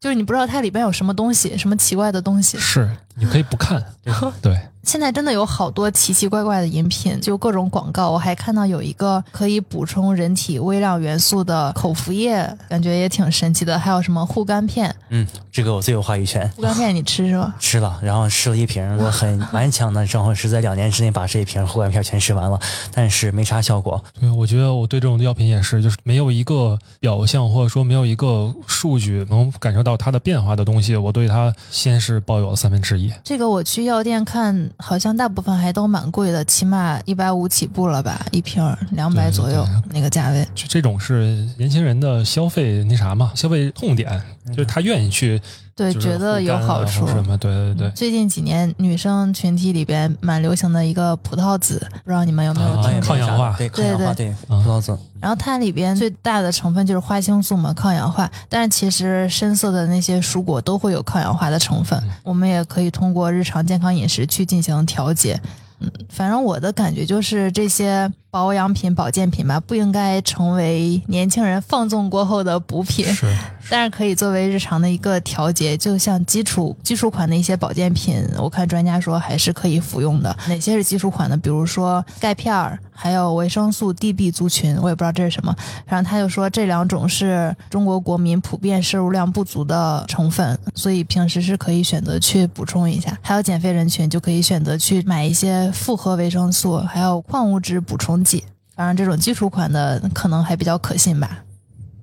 Speaker 3: 就是你不知道它里边有什么东西，什么奇怪的东西。
Speaker 1: 是，你可以不 看，
Speaker 3: 哦
Speaker 1: 对，
Speaker 3: 现在真的有好多奇奇怪怪的饮品，就各种广告。我还看到有一个可以补充人体微量元素的口服液，感觉也挺神奇的。还有什么护肝片？
Speaker 2: 嗯，这个我最有话语权。
Speaker 3: 护肝片你吃是吧？
Speaker 2: 吃了，然后吃了一瓶，我 很顽强的，然后是在两年之内把这一瓶护肝片全吃完了，但是没啥效果。
Speaker 1: 对，我觉得我对这种药品也是，就是没有一个表象或者说没有一个数据能感受到它的变化的东西，我对它先是抱有了三分之一。
Speaker 3: 这个我去药店看，好像大部分还都蛮贵的，起码一百五起步了吧，一瓶两百
Speaker 1: 对
Speaker 3: 左右那个价位。
Speaker 1: 就这种是年轻人的消费那啥嘛，消费痛点，就是他愿意去，
Speaker 3: 对，
Speaker 1: 就是
Speaker 3: 觉得
Speaker 1: 护
Speaker 3: 有
Speaker 1: 肝啊
Speaker 3: 好处
Speaker 1: 或。什么？对对对。
Speaker 3: 最近几年女生群体里边蛮流行的一个葡萄籽，不知道你们有没有
Speaker 1: 啊
Speaker 3: 听
Speaker 2: 我嗯也没
Speaker 1: 抗氧
Speaker 2: 啥
Speaker 1: 化
Speaker 2: 对抗氧化，对
Speaker 1: 嗯
Speaker 2: 葡萄籽。
Speaker 3: 然后它里边最大的成分就是花青素嘛，抗氧化。但是其实深色的那些蔬果都会有抗氧化的成分，我们也可以通过日常健康饮食去进行调节。嗯，反正我的感觉就是这些保养品、保健品吧，不应该成为年轻人放纵过后的补品。
Speaker 1: 是，
Speaker 3: 但是可以作为日常的一个调节，就像基础基础款的一些保健品，我看专家说还是可以服用的。哪些是基础款的？比如说钙片儿，还有维生素 D、B 族群，我也不知道这是什么。然后他就说这两种是中国国民普遍摄入量不足的成分，所以平时是可以选择去补充一下。还有减肥人群就可以选择去买一些复合维生素，还有矿物质补充剂。当然，这种基础款的可能还比较可信吧。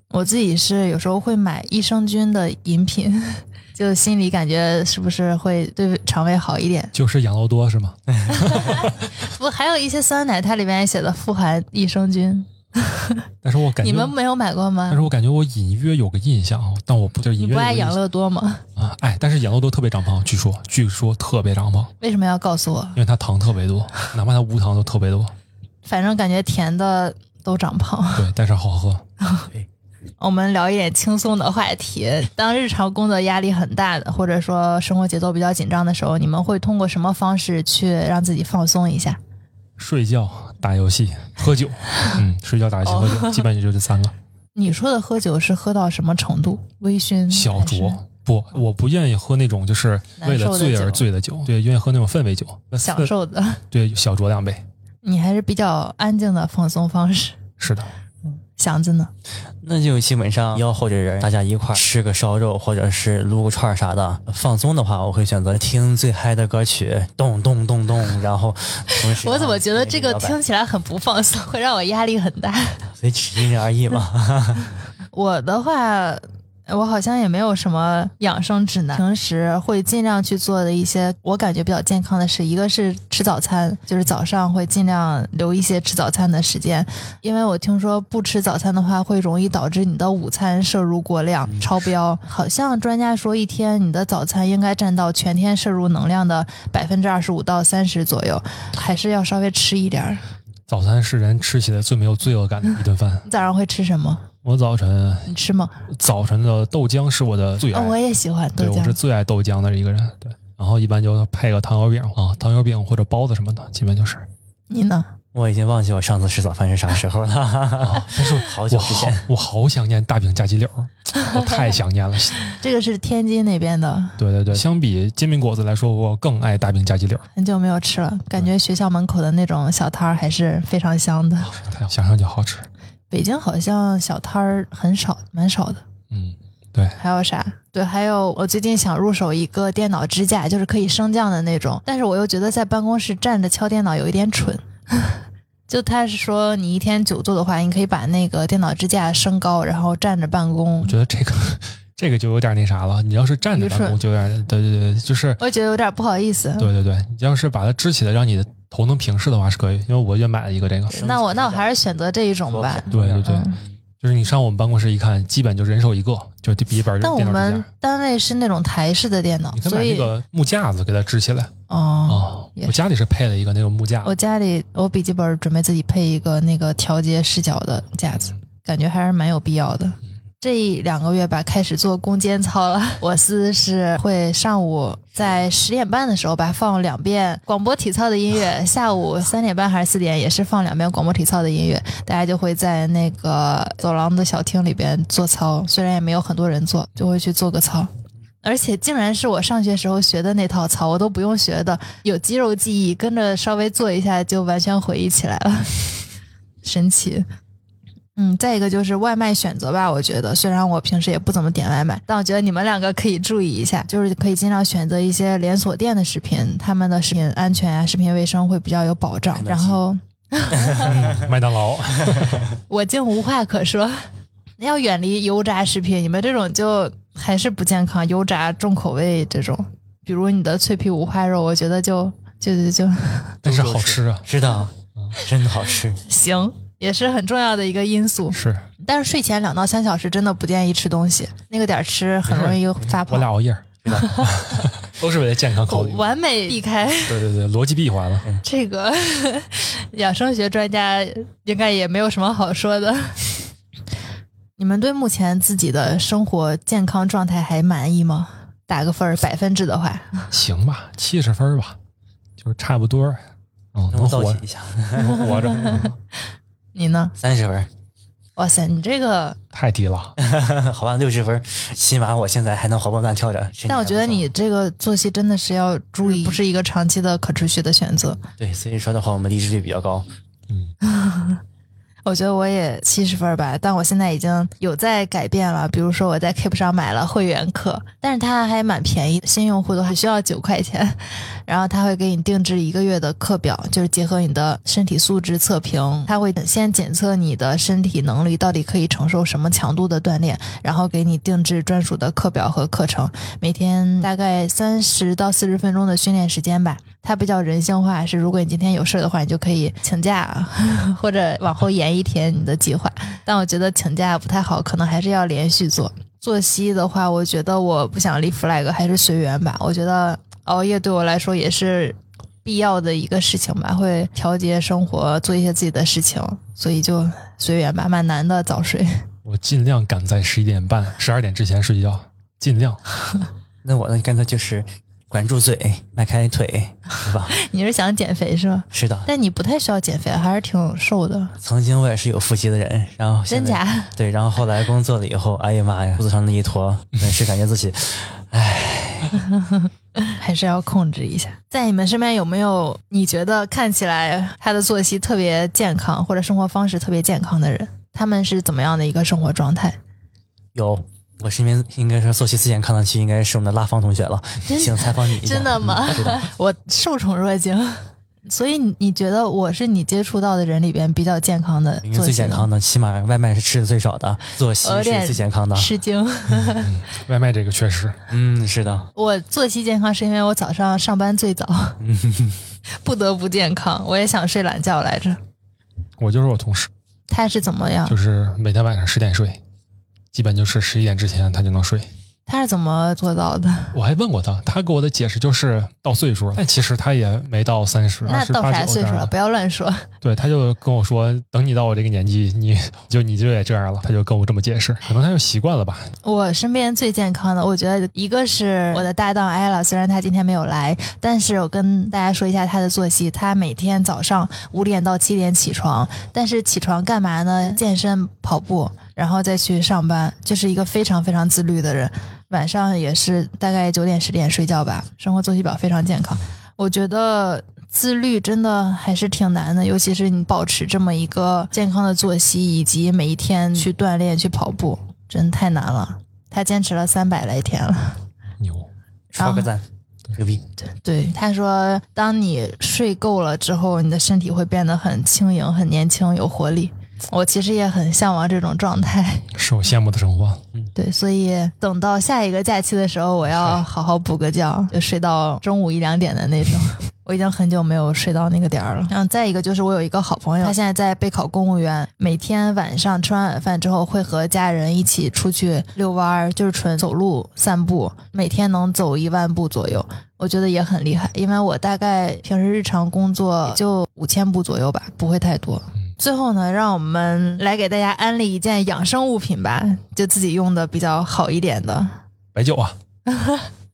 Speaker 3: 我自己是有时候会买益生菌的饮品， 就心里感觉是不是会对肠胃好一点。
Speaker 1: 就是养乐多是吗？
Speaker 3: 不，还有一些酸奶，它里面也写的富含益生菌，
Speaker 1: 但是我感觉
Speaker 3: 你们没有买过
Speaker 1: 但
Speaker 3: 吗
Speaker 1: 是？我感觉我隐约有个印象，啊但我不就是
Speaker 3: 你
Speaker 1: 隐约
Speaker 3: 不
Speaker 1: 有个
Speaker 3: 爱
Speaker 1: 印
Speaker 3: 养
Speaker 1: 象
Speaker 3: 乐多吗？
Speaker 1: 啊？哎，但是养乐多特别长胖，据说据说特别长胖，
Speaker 3: 为什么要告诉我？
Speaker 1: 因为它糖特别多，哪怕它无糖都特别多。
Speaker 3: 反正感觉甜的都长胖。
Speaker 1: 对，但是好喝。
Speaker 3: 我们聊一点轻松的话题。当日常工作压力很大的，或者说生活节奏比较紧张的时候，你们会通过什么方式去让自己放松一下？
Speaker 1: 睡觉、打游戏、喝酒，嗯，睡觉、打游戏、喝
Speaker 3: 哦
Speaker 1: 酒，基本也就这三 个。
Speaker 3: 你说的喝酒是喝到什么程度？微醺、
Speaker 1: 小
Speaker 3: 还是
Speaker 1: 酌不，我不愿意喝那种就是为了醉而醉的酒，对，愿意喝那种氛围酒，
Speaker 3: 享受的，
Speaker 1: 对，小酌两杯。
Speaker 3: 你还是比较安静的放松方式。
Speaker 1: 是的，
Speaker 3: 祥子呢？
Speaker 2: 那就基本上吆喝着人，大家一块儿吃个烧肉或者是撸个串儿啥的。放松的话，我会选择听最嗨的歌曲，咚咚咚 咚，然后同时、
Speaker 3: 我怎么觉得这个
Speaker 2: 摇摆
Speaker 3: 听，起来很不放松，会让我压力很大？
Speaker 2: 所以只因人而异 嘛。
Speaker 3: 我的话，我好像也没有什么养生指南，平时会尽量去做的一些我感觉比较健康的事，一个是吃早餐，就是早上会尽量留一些吃早餐的时间，因为我听说不吃早餐的话，会容易导致你的午餐摄入过量、超标。好像专家说，一天你的早餐应该占到全天摄入能量的百分之二十五到三十左右，还是要稍微吃一点儿。
Speaker 1: 早餐是人吃起来最没有罪恶感的一顿饭。
Speaker 3: 你早上会吃什么？
Speaker 1: 我早晨
Speaker 3: 你吃吗？
Speaker 1: 早晨的豆浆是我的最
Speaker 3: 啊、
Speaker 1: 爱，
Speaker 3: 我也喜欢
Speaker 1: 哎
Speaker 3: 豆
Speaker 1: 对我
Speaker 3: 浆
Speaker 1: 是。最爱豆浆的一个人。对，然后一般就配个糖油饼啊，糖油饼或者包子什么的，基本就是。
Speaker 3: 你呢？
Speaker 2: 我已经忘记我上次吃早饭是啥时候
Speaker 3: 哦
Speaker 2: 了，
Speaker 1: 但是
Speaker 2: 好
Speaker 1: 我
Speaker 2: 久之
Speaker 1: 好
Speaker 2: 前。
Speaker 1: 我好想念大饼加鸡柳 儿，我太想念了。
Speaker 3: 这个是天津那边的，
Speaker 1: 对对对，相比煎饼果子来说，我更爱大饼加鸡柳儿，
Speaker 3: 很久没有吃
Speaker 1: 嗯
Speaker 3: 了，感觉学校门口的那种小摊儿还是非常香的。
Speaker 1: 太想想就好吃。
Speaker 3: 北京好像小摊儿很少，蛮少的。
Speaker 1: 嗯，对，
Speaker 3: 还有啥？对，还有我最近想入手一个电脑支架，就是可以升降的那种，但是我又觉得在办公室站着敲电脑有一点蠢。 就他是说，你一天久坐的话，你可以把那个电脑支架升高，然后站着办公
Speaker 1: 我。觉得这个这个就有点那啥了。你要是站着办公，就有点对对对，就是
Speaker 3: 我觉得有点不好意思。
Speaker 1: 对对对。你要是把它支起来，让你的头能平视的话是可以，因为我也买了一个这个。
Speaker 3: 那我那我还是选择这一种吧。
Speaker 1: 对对对，
Speaker 3: 嗯
Speaker 1: 就是你上我们办公室一看，基本就人手一个，就笔记本、
Speaker 3: 但
Speaker 1: 就
Speaker 3: 我
Speaker 1: 嗯电脑支
Speaker 3: 们
Speaker 1: 架。
Speaker 3: 单位是那种台式的电脑
Speaker 1: 你，可以
Speaker 3: 所
Speaker 1: 买那
Speaker 3: 以
Speaker 1: 个木架子给它支起来啊、
Speaker 3: 哦，
Speaker 1: 哦
Speaker 3: 也
Speaker 1: 我家里是配了一个那种木架
Speaker 3: 我
Speaker 1: 子，
Speaker 3: 家里我笔记本准备自己配一个那个调节视角的架
Speaker 1: 嗯
Speaker 3: 子，感觉还是蛮有必要的。这两个月吧，开始做攻坚操了。 我司是会上午在十点半的时候吧放两遍广播体操的音乐，下午三点半还是四点也是放两遍广播体操的音乐，大家就会在那个走廊的小厅里边做操，虽然也没有很多人做，就会去做个操。而且竟然是我上学时候学的那套操，我都不用学的，有肌肉记忆，跟着稍微做一下就完全回忆起来了， 神奇。嗯，再一个就是外卖选择吧，我觉得虽然我平时也不怎么点外卖，但我觉得你们两个可以注意一下，就是可以尽量选择一些连锁店的食品，他们的食品安全啊、食品卫生会比较有保障。然后
Speaker 1: 麦当劳。
Speaker 3: 我竟无话可说。 要远离油炸食品，你们这种就还是不健康，油炸重口味这种，比如你的脆皮五花肉，我觉得就就就 就
Speaker 1: 但是好吃啊，
Speaker 2: 知道，嗯真的好吃。
Speaker 3: 行，也是很重要的一个因素。
Speaker 1: 是
Speaker 3: 但是睡前两到三小时真的不建议吃东西，那个点儿吃很容易发
Speaker 1: 我
Speaker 3: 胖
Speaker 1: 俩。熬夜儿， 都是为了健康考
Speaker 3: 狗嗯
Speaker 1: 虑。
Speaker 3: 完美避开
Speaker 1: 对对对，逻辑闭环了。
Speaker 3: 这个 养生学专家，应该也没有什么好说 的。你们对目前自己的生活健康状态还满意吗？打个分儿，百分制的话，
Speaker 1: 行吧，七十分儿吧，就是差不多儿，嗯，
Speaker 2: 能
Speaker 1: 能
Speaker 2: 倒
Speaker 1: 活
Speaker 2: 计一下，
Speaker 1: 能活着，
Speaker 3: 你呢？
Speaker 2: 三十分，
Speaker 3: 哇塞，你这个，
Speaker 1: 太低了。
Speaker 2: 好吧，六十分，起码我现在还能活蹦乱跳着。
Speaker 3: 但我觉得你这个作息真的是要注嗯意，不是一个长期的可持续的选择。
Speaker 2: 对，所以说的话，我们离职率比较高。
Speaker 3: 我觉得我也七十分儿吧，但我现在已经有在改变了。比如说我在 Keep 上买了会员课，但是它还蛮便宜，新用户的话需要九块钱，然后它会给你定制一个月的课表，就是结合你的身体素质测评，它会先检测你的身体能力到底可以承受什么强度的锻炼，然后给你定制专属的课表和课程，每天大概三十到四十分钟的训练时间吧。它比较人性化，是如果你今天有事儿的话，你就可以请假，或者往后延一天你的计划。但我觉得请假不太好，可能还是要连续做。作息的话，我觉得我不想立 flag，还是随缘吧。我觉得熬夜对我来说也是必要的一个事情吧，会调节生活，做一些自己的事情，所以就随缘吧。蛮难的，早睡。
Speaker 1: 我尽量赶在十一点半、十二点之前睡觉，尽量。
Speaker 2: 那我呢，干脆就是管住嘴，迈开腿，是吧？
Speaker 3: 你是想减肥是吧？
Speaker 2: 是的，
Speaker 3: 但你不太需要减肥，还是挺瘦的，
Speaker 2: 曾经我也是有腹肌的人，然后
Speaker 3: 真
Speaker 2: 现在
Speaker 3: 假？
Speaker 2: 对，然后后来工作了以后，哎呀妈呀，肚子上那一坨，真是感觉自己
Speaker 3: 还是要控制一下。在你们身边有没有你觉得看起来他的作息特别健康，或者生活方式特别健康的人？他们是怎么样的一个生活状态？
Speaker 2: 有。我身边应该是作息四健康的区，应该是我们的拉芳同学 了。
Speaker 3: 真的
Speaker 2: 请采访你一下，
Speaker 3: 真的吗
Speaker 2: 嗯是 的，
Speaker 3: 我受宠若惊。所以你你觉得我是你接触到的人里边比较健康的
Speaker 2: 因为
Speaker 3: 作息
Speaker 2: 最健康的，起码外卖是吃的最少的，作息
Speaker 3: 我有
Speaker 2: 是
Speaker 3: 点
Speaker 2: 最健康的。
Speaker 3: 吃惊。
Speaker 1: 外卖这个确实，
Speaker 2: 嗯，是的，
Speaker 3: 我作息健康是因为我早上上班最早，不得不健康。我也想睡懒觉来着。
Speaker 1: 我就是我同事，
Speaker 3: 他是怎么样
Speaker 1: 就？是每天晚上十点睡，基本就是十一点之前他就能睡。
Speaker 3: 他是怎么做到的？
Speaker 1: 我还问过他，他给我的解释就是到岁数了，但其实他也没到三十，
Speaker 3: 那
Speaker 1: 二十
Speaker 3: 到
Speaker 1: 八
Speaker 3: 啥
Speaker 1: 九
Speaker 3: 岁
Speaker 1: 这
Speaker 3: 数
Speaker 1: 样
Speaker 3: 了？
Speaker 1: 的。
Speaker 3: 不要乱说。
Speaker 1: 对，他就跟我说，等你到我这个年纪，你 就你就也这样了。他就跟我这么解释，可能他就习惯了吧。
Speaker 3: 我身边最健康的，我觉得一个是我的搭档艾拉，虽然她今天没有来，但是我跟大家说一下她的作息，她每天早上五点到七点起床，但是起床干嘛呢？健身、跑步，然后再去上班，就是一个非常非常自律的人。晚上也是大概九点十点睡觉吧，生活作息表非常健康。我觉得自律真的还是挺难的，尤其是你保持这么一个健康的作息，以及每一天去锻炼、去跑步，真太难了。他坚持了三百来天了。
Speaker 1: 牛，
Speaker 2: 刷个
Speaker 3: 啊
Speaker 2: 赞，牛逼！
Speaker 3: 对，他说，当你睡够了之后，你的身体会变得很轻盈、很年轻、有活力。我其实也很向往这种状态，
Speaker 1: 是我羡慕的生活。
Speaker 3: 对，所以等到下一个假期的时候，我要好好补个觉，就睡到中午一两点的那种。我已经很久没有睡到那个点儿了。然后再一个就是，我有一个好朋友，他现在在备考公务员，每天晚上吃完晚饭之后，会和家人一起出去遛弯儿，就是纯走路散步，每天能走一万步左右。我觉得也很厉害，因为我大概平时日常工作也就五千步左右吧，不会太多。最后呢，让我们来给大家安利一件养生物品吧，就自己用的比较好一点的。
Speaker 1: 白酒 啊，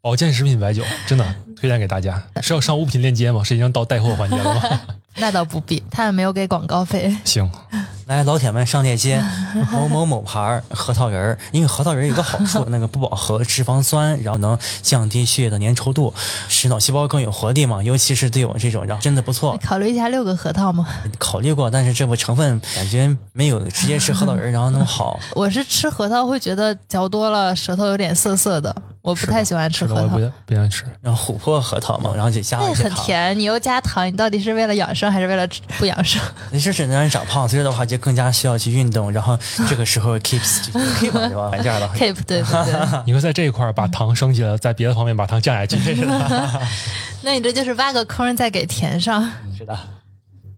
Speaker 1: 保健食品白酒，真的推荐给大家。是要上物品链接吗？是已经到带货环节了吗？
Speaker 3: 那倒不必，他们没有给广告费。
Speaker 1: 行，
Speaker 2: 来，老铁们上链接某某某牌儿核桃仁儿，因为核桃仁儿有个好处，那个不饱和脂肪酸，然后能降低血液的粘稠度，使脑细胞更有活力嘛。尤其是对我这种，然后真的不错。
Speaker 3: 考虑一下六个核桃吗？
Speaker 2: 考虑过，但是这不成分感觉没有直接吃核桃仁儿然后那么 好。
Speaker 3: 我是吃核桃会觉得嚼多了舌头有点涩涩的，我不太喜欢吃
Speaker 1: 这个
Speaker 3: 核
Speaker 1: 我也
Speaker 3: 桃
Speaker 1: 不。不想 吃。
Speaker 2: 然后琥珀核桃嘛，然后就加了
Speaker 3: 那
Speaker 2: 一些
Speaker 3: 很
Speaker 2: 糖，
Speaker 3: 甜，你又加糖，你到底是为了养生还是为了吃不养生？
Speaker 2: 那就是能让人长胖。所以的话，就更加需要去运动。然后这个时候 keeps 就 keep 对吧？完事 儿了。
Speaker 3: Keep 对不对？
Speaker 1: 你会在这一块儿把糖升起来，在别的方面把糖降 下去。
Speaker 3: 那你这就是挖个坑再给填上。
Speaker 2: 是的，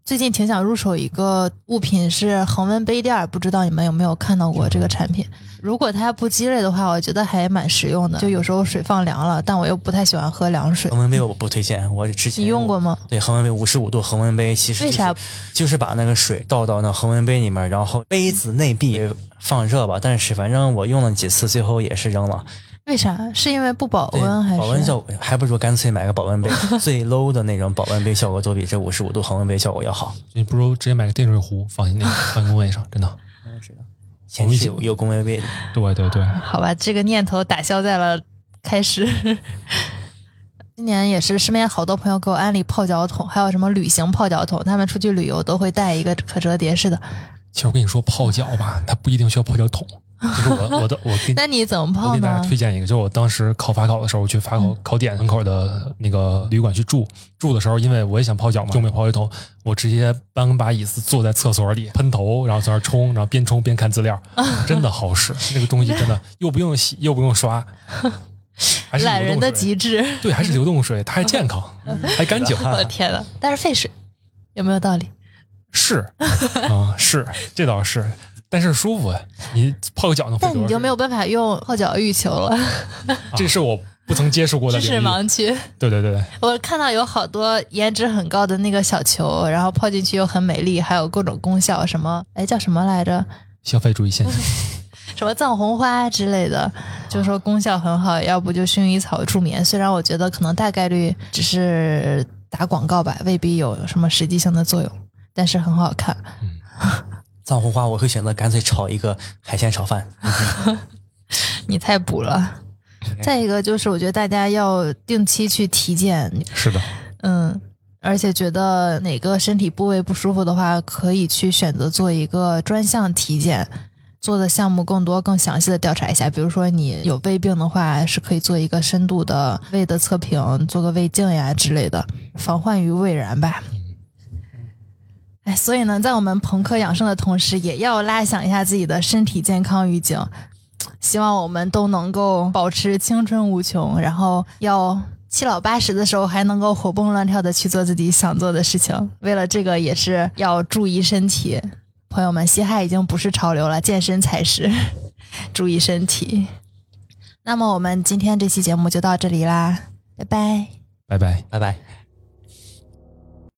Speaker 3: 最近挺想入手一个物品是恒温杯垫儿，不知道你们有没有看到过这个产品？如果它不鸡肋的话，我觉得还蛮实用的。就有时候水放凉了，但我又不太喜欢喝凉水
Speaker 2: 恒。温杯我不推荐，我之前
Speaker 3: 你用过吗？
Speaker 2: 对，恒温杯五十五度恒温杯，其实、
Speaker 3: 为啥？
Speaker 2: 就是把那个水倒到那恒温杯里面，然后杯子内壁放热吧。但是反正我用了几次，最后也是扔了。
Speaker 3: 为啥？是因为不保
Speaker 2: 对
Speaker 3: 温还是？
Speaker 2: 保温效果，还不如干脆买个保 温杯，最 low 的那种保温杯效果都比这五十五度恒温杯效果要好。
Speaker 1: 你不如直接买个电水壶放你那个办公位上，真的。
Speaker 2: 前期有有公温杯的，
Speaker 1: 对对对，
Speaker 3: 好吧，这个念头打消在了开 始。今年也是身边好多朋友给我安利泡脚桶，还有什么旅行泡脚桶，他们出去旅游都会带一个可折叠式的。
Speaker 1: 其实我跟你说，泡脚吧，它不一定需要泡脚桶。就是我我的我给你
Speaker 3: 那你怎么
Speaker 1: 我
Speaker 3: 泡
Speaker 1: 给大
Speaker 3: 呢嗯
Speaker 1: 家？推荐一个，就是我当时考法考的时候，我去法考考点门口的那个旅馆去住。住的时候，因为我也想泡脚嘛，就没泡一桶，我直接搬把椅子坐在厕所里喷头，然后在那儿冲，然后边冲边看资 料，真的好使。那个东西真的又不用洗又不用 刷，还是流动
Speaker 3: 懒人的
Speaker 1: 水
Speaker 3: 极致。
Speaker 1: 对，还是流动水，它还健 康，还干净。
Speaker 3: 我的天呐，但是费水，有没有道理？
Speaker 1: 是啊、是，这倒是，但是舒服呀。你泡个脚能
Speaker 3: 但你就没
Speaker 1: 有？
Speaker 3: 有办法用泡脚浴球了，
Speaker 1: 这是我不曾接触过的
Speaker 3: 知
Speaker 1: 领
Speaker 3: 识
Speaker 1: 域。
Speaker 3: 盲区。
Speaker 1: 对对对对，
Speaker 3: 我看到有好多颜值很高的那个小球，然后泡进去又很美丽，还有各种功效，什么哎叫什么来着？
Speaker 1: 消费主义现象。
Speaker 3: 嗯什么藏红花之类的，就说功效很好，要不就薰衣草助眠。虽然我觉得可能大概率只是打广告吧，未必有什么实际性的作用，但是很好看。
Speaker 2: 藏红花我会选择干脆炒一个海鲜炒饭。
Speaker 3: 你太补了。再一个就是，我觉得大家要定期去体检，
Speaker 1: 是的，
Speaker 3: 嗯，而且觉得哪个身体部位不舒服的话，可以去选择做一个专项体检，做的项目更多、更详细的调查一下。比如说你有胃病的话，是可以做一个深度的胃的测评，做个胃镜呀之类的，防患于未然吧。哎，所以呢，在我们朋克养生的同时，也要拉响一下自己的身体健康预警。希望我们都能够保持青春无穷，然后要七老八十的时候还能够活蹦乱跳的去做自己想做的事情。为了这个，也是要注意身体。朋友 们，嘻哈已经不是潮流了，健身才是。注意身体。那么我们今天这期节目就到这里啦，拜拜。
Speaker 1: 拜拜。
Speaker 2: 拜拜。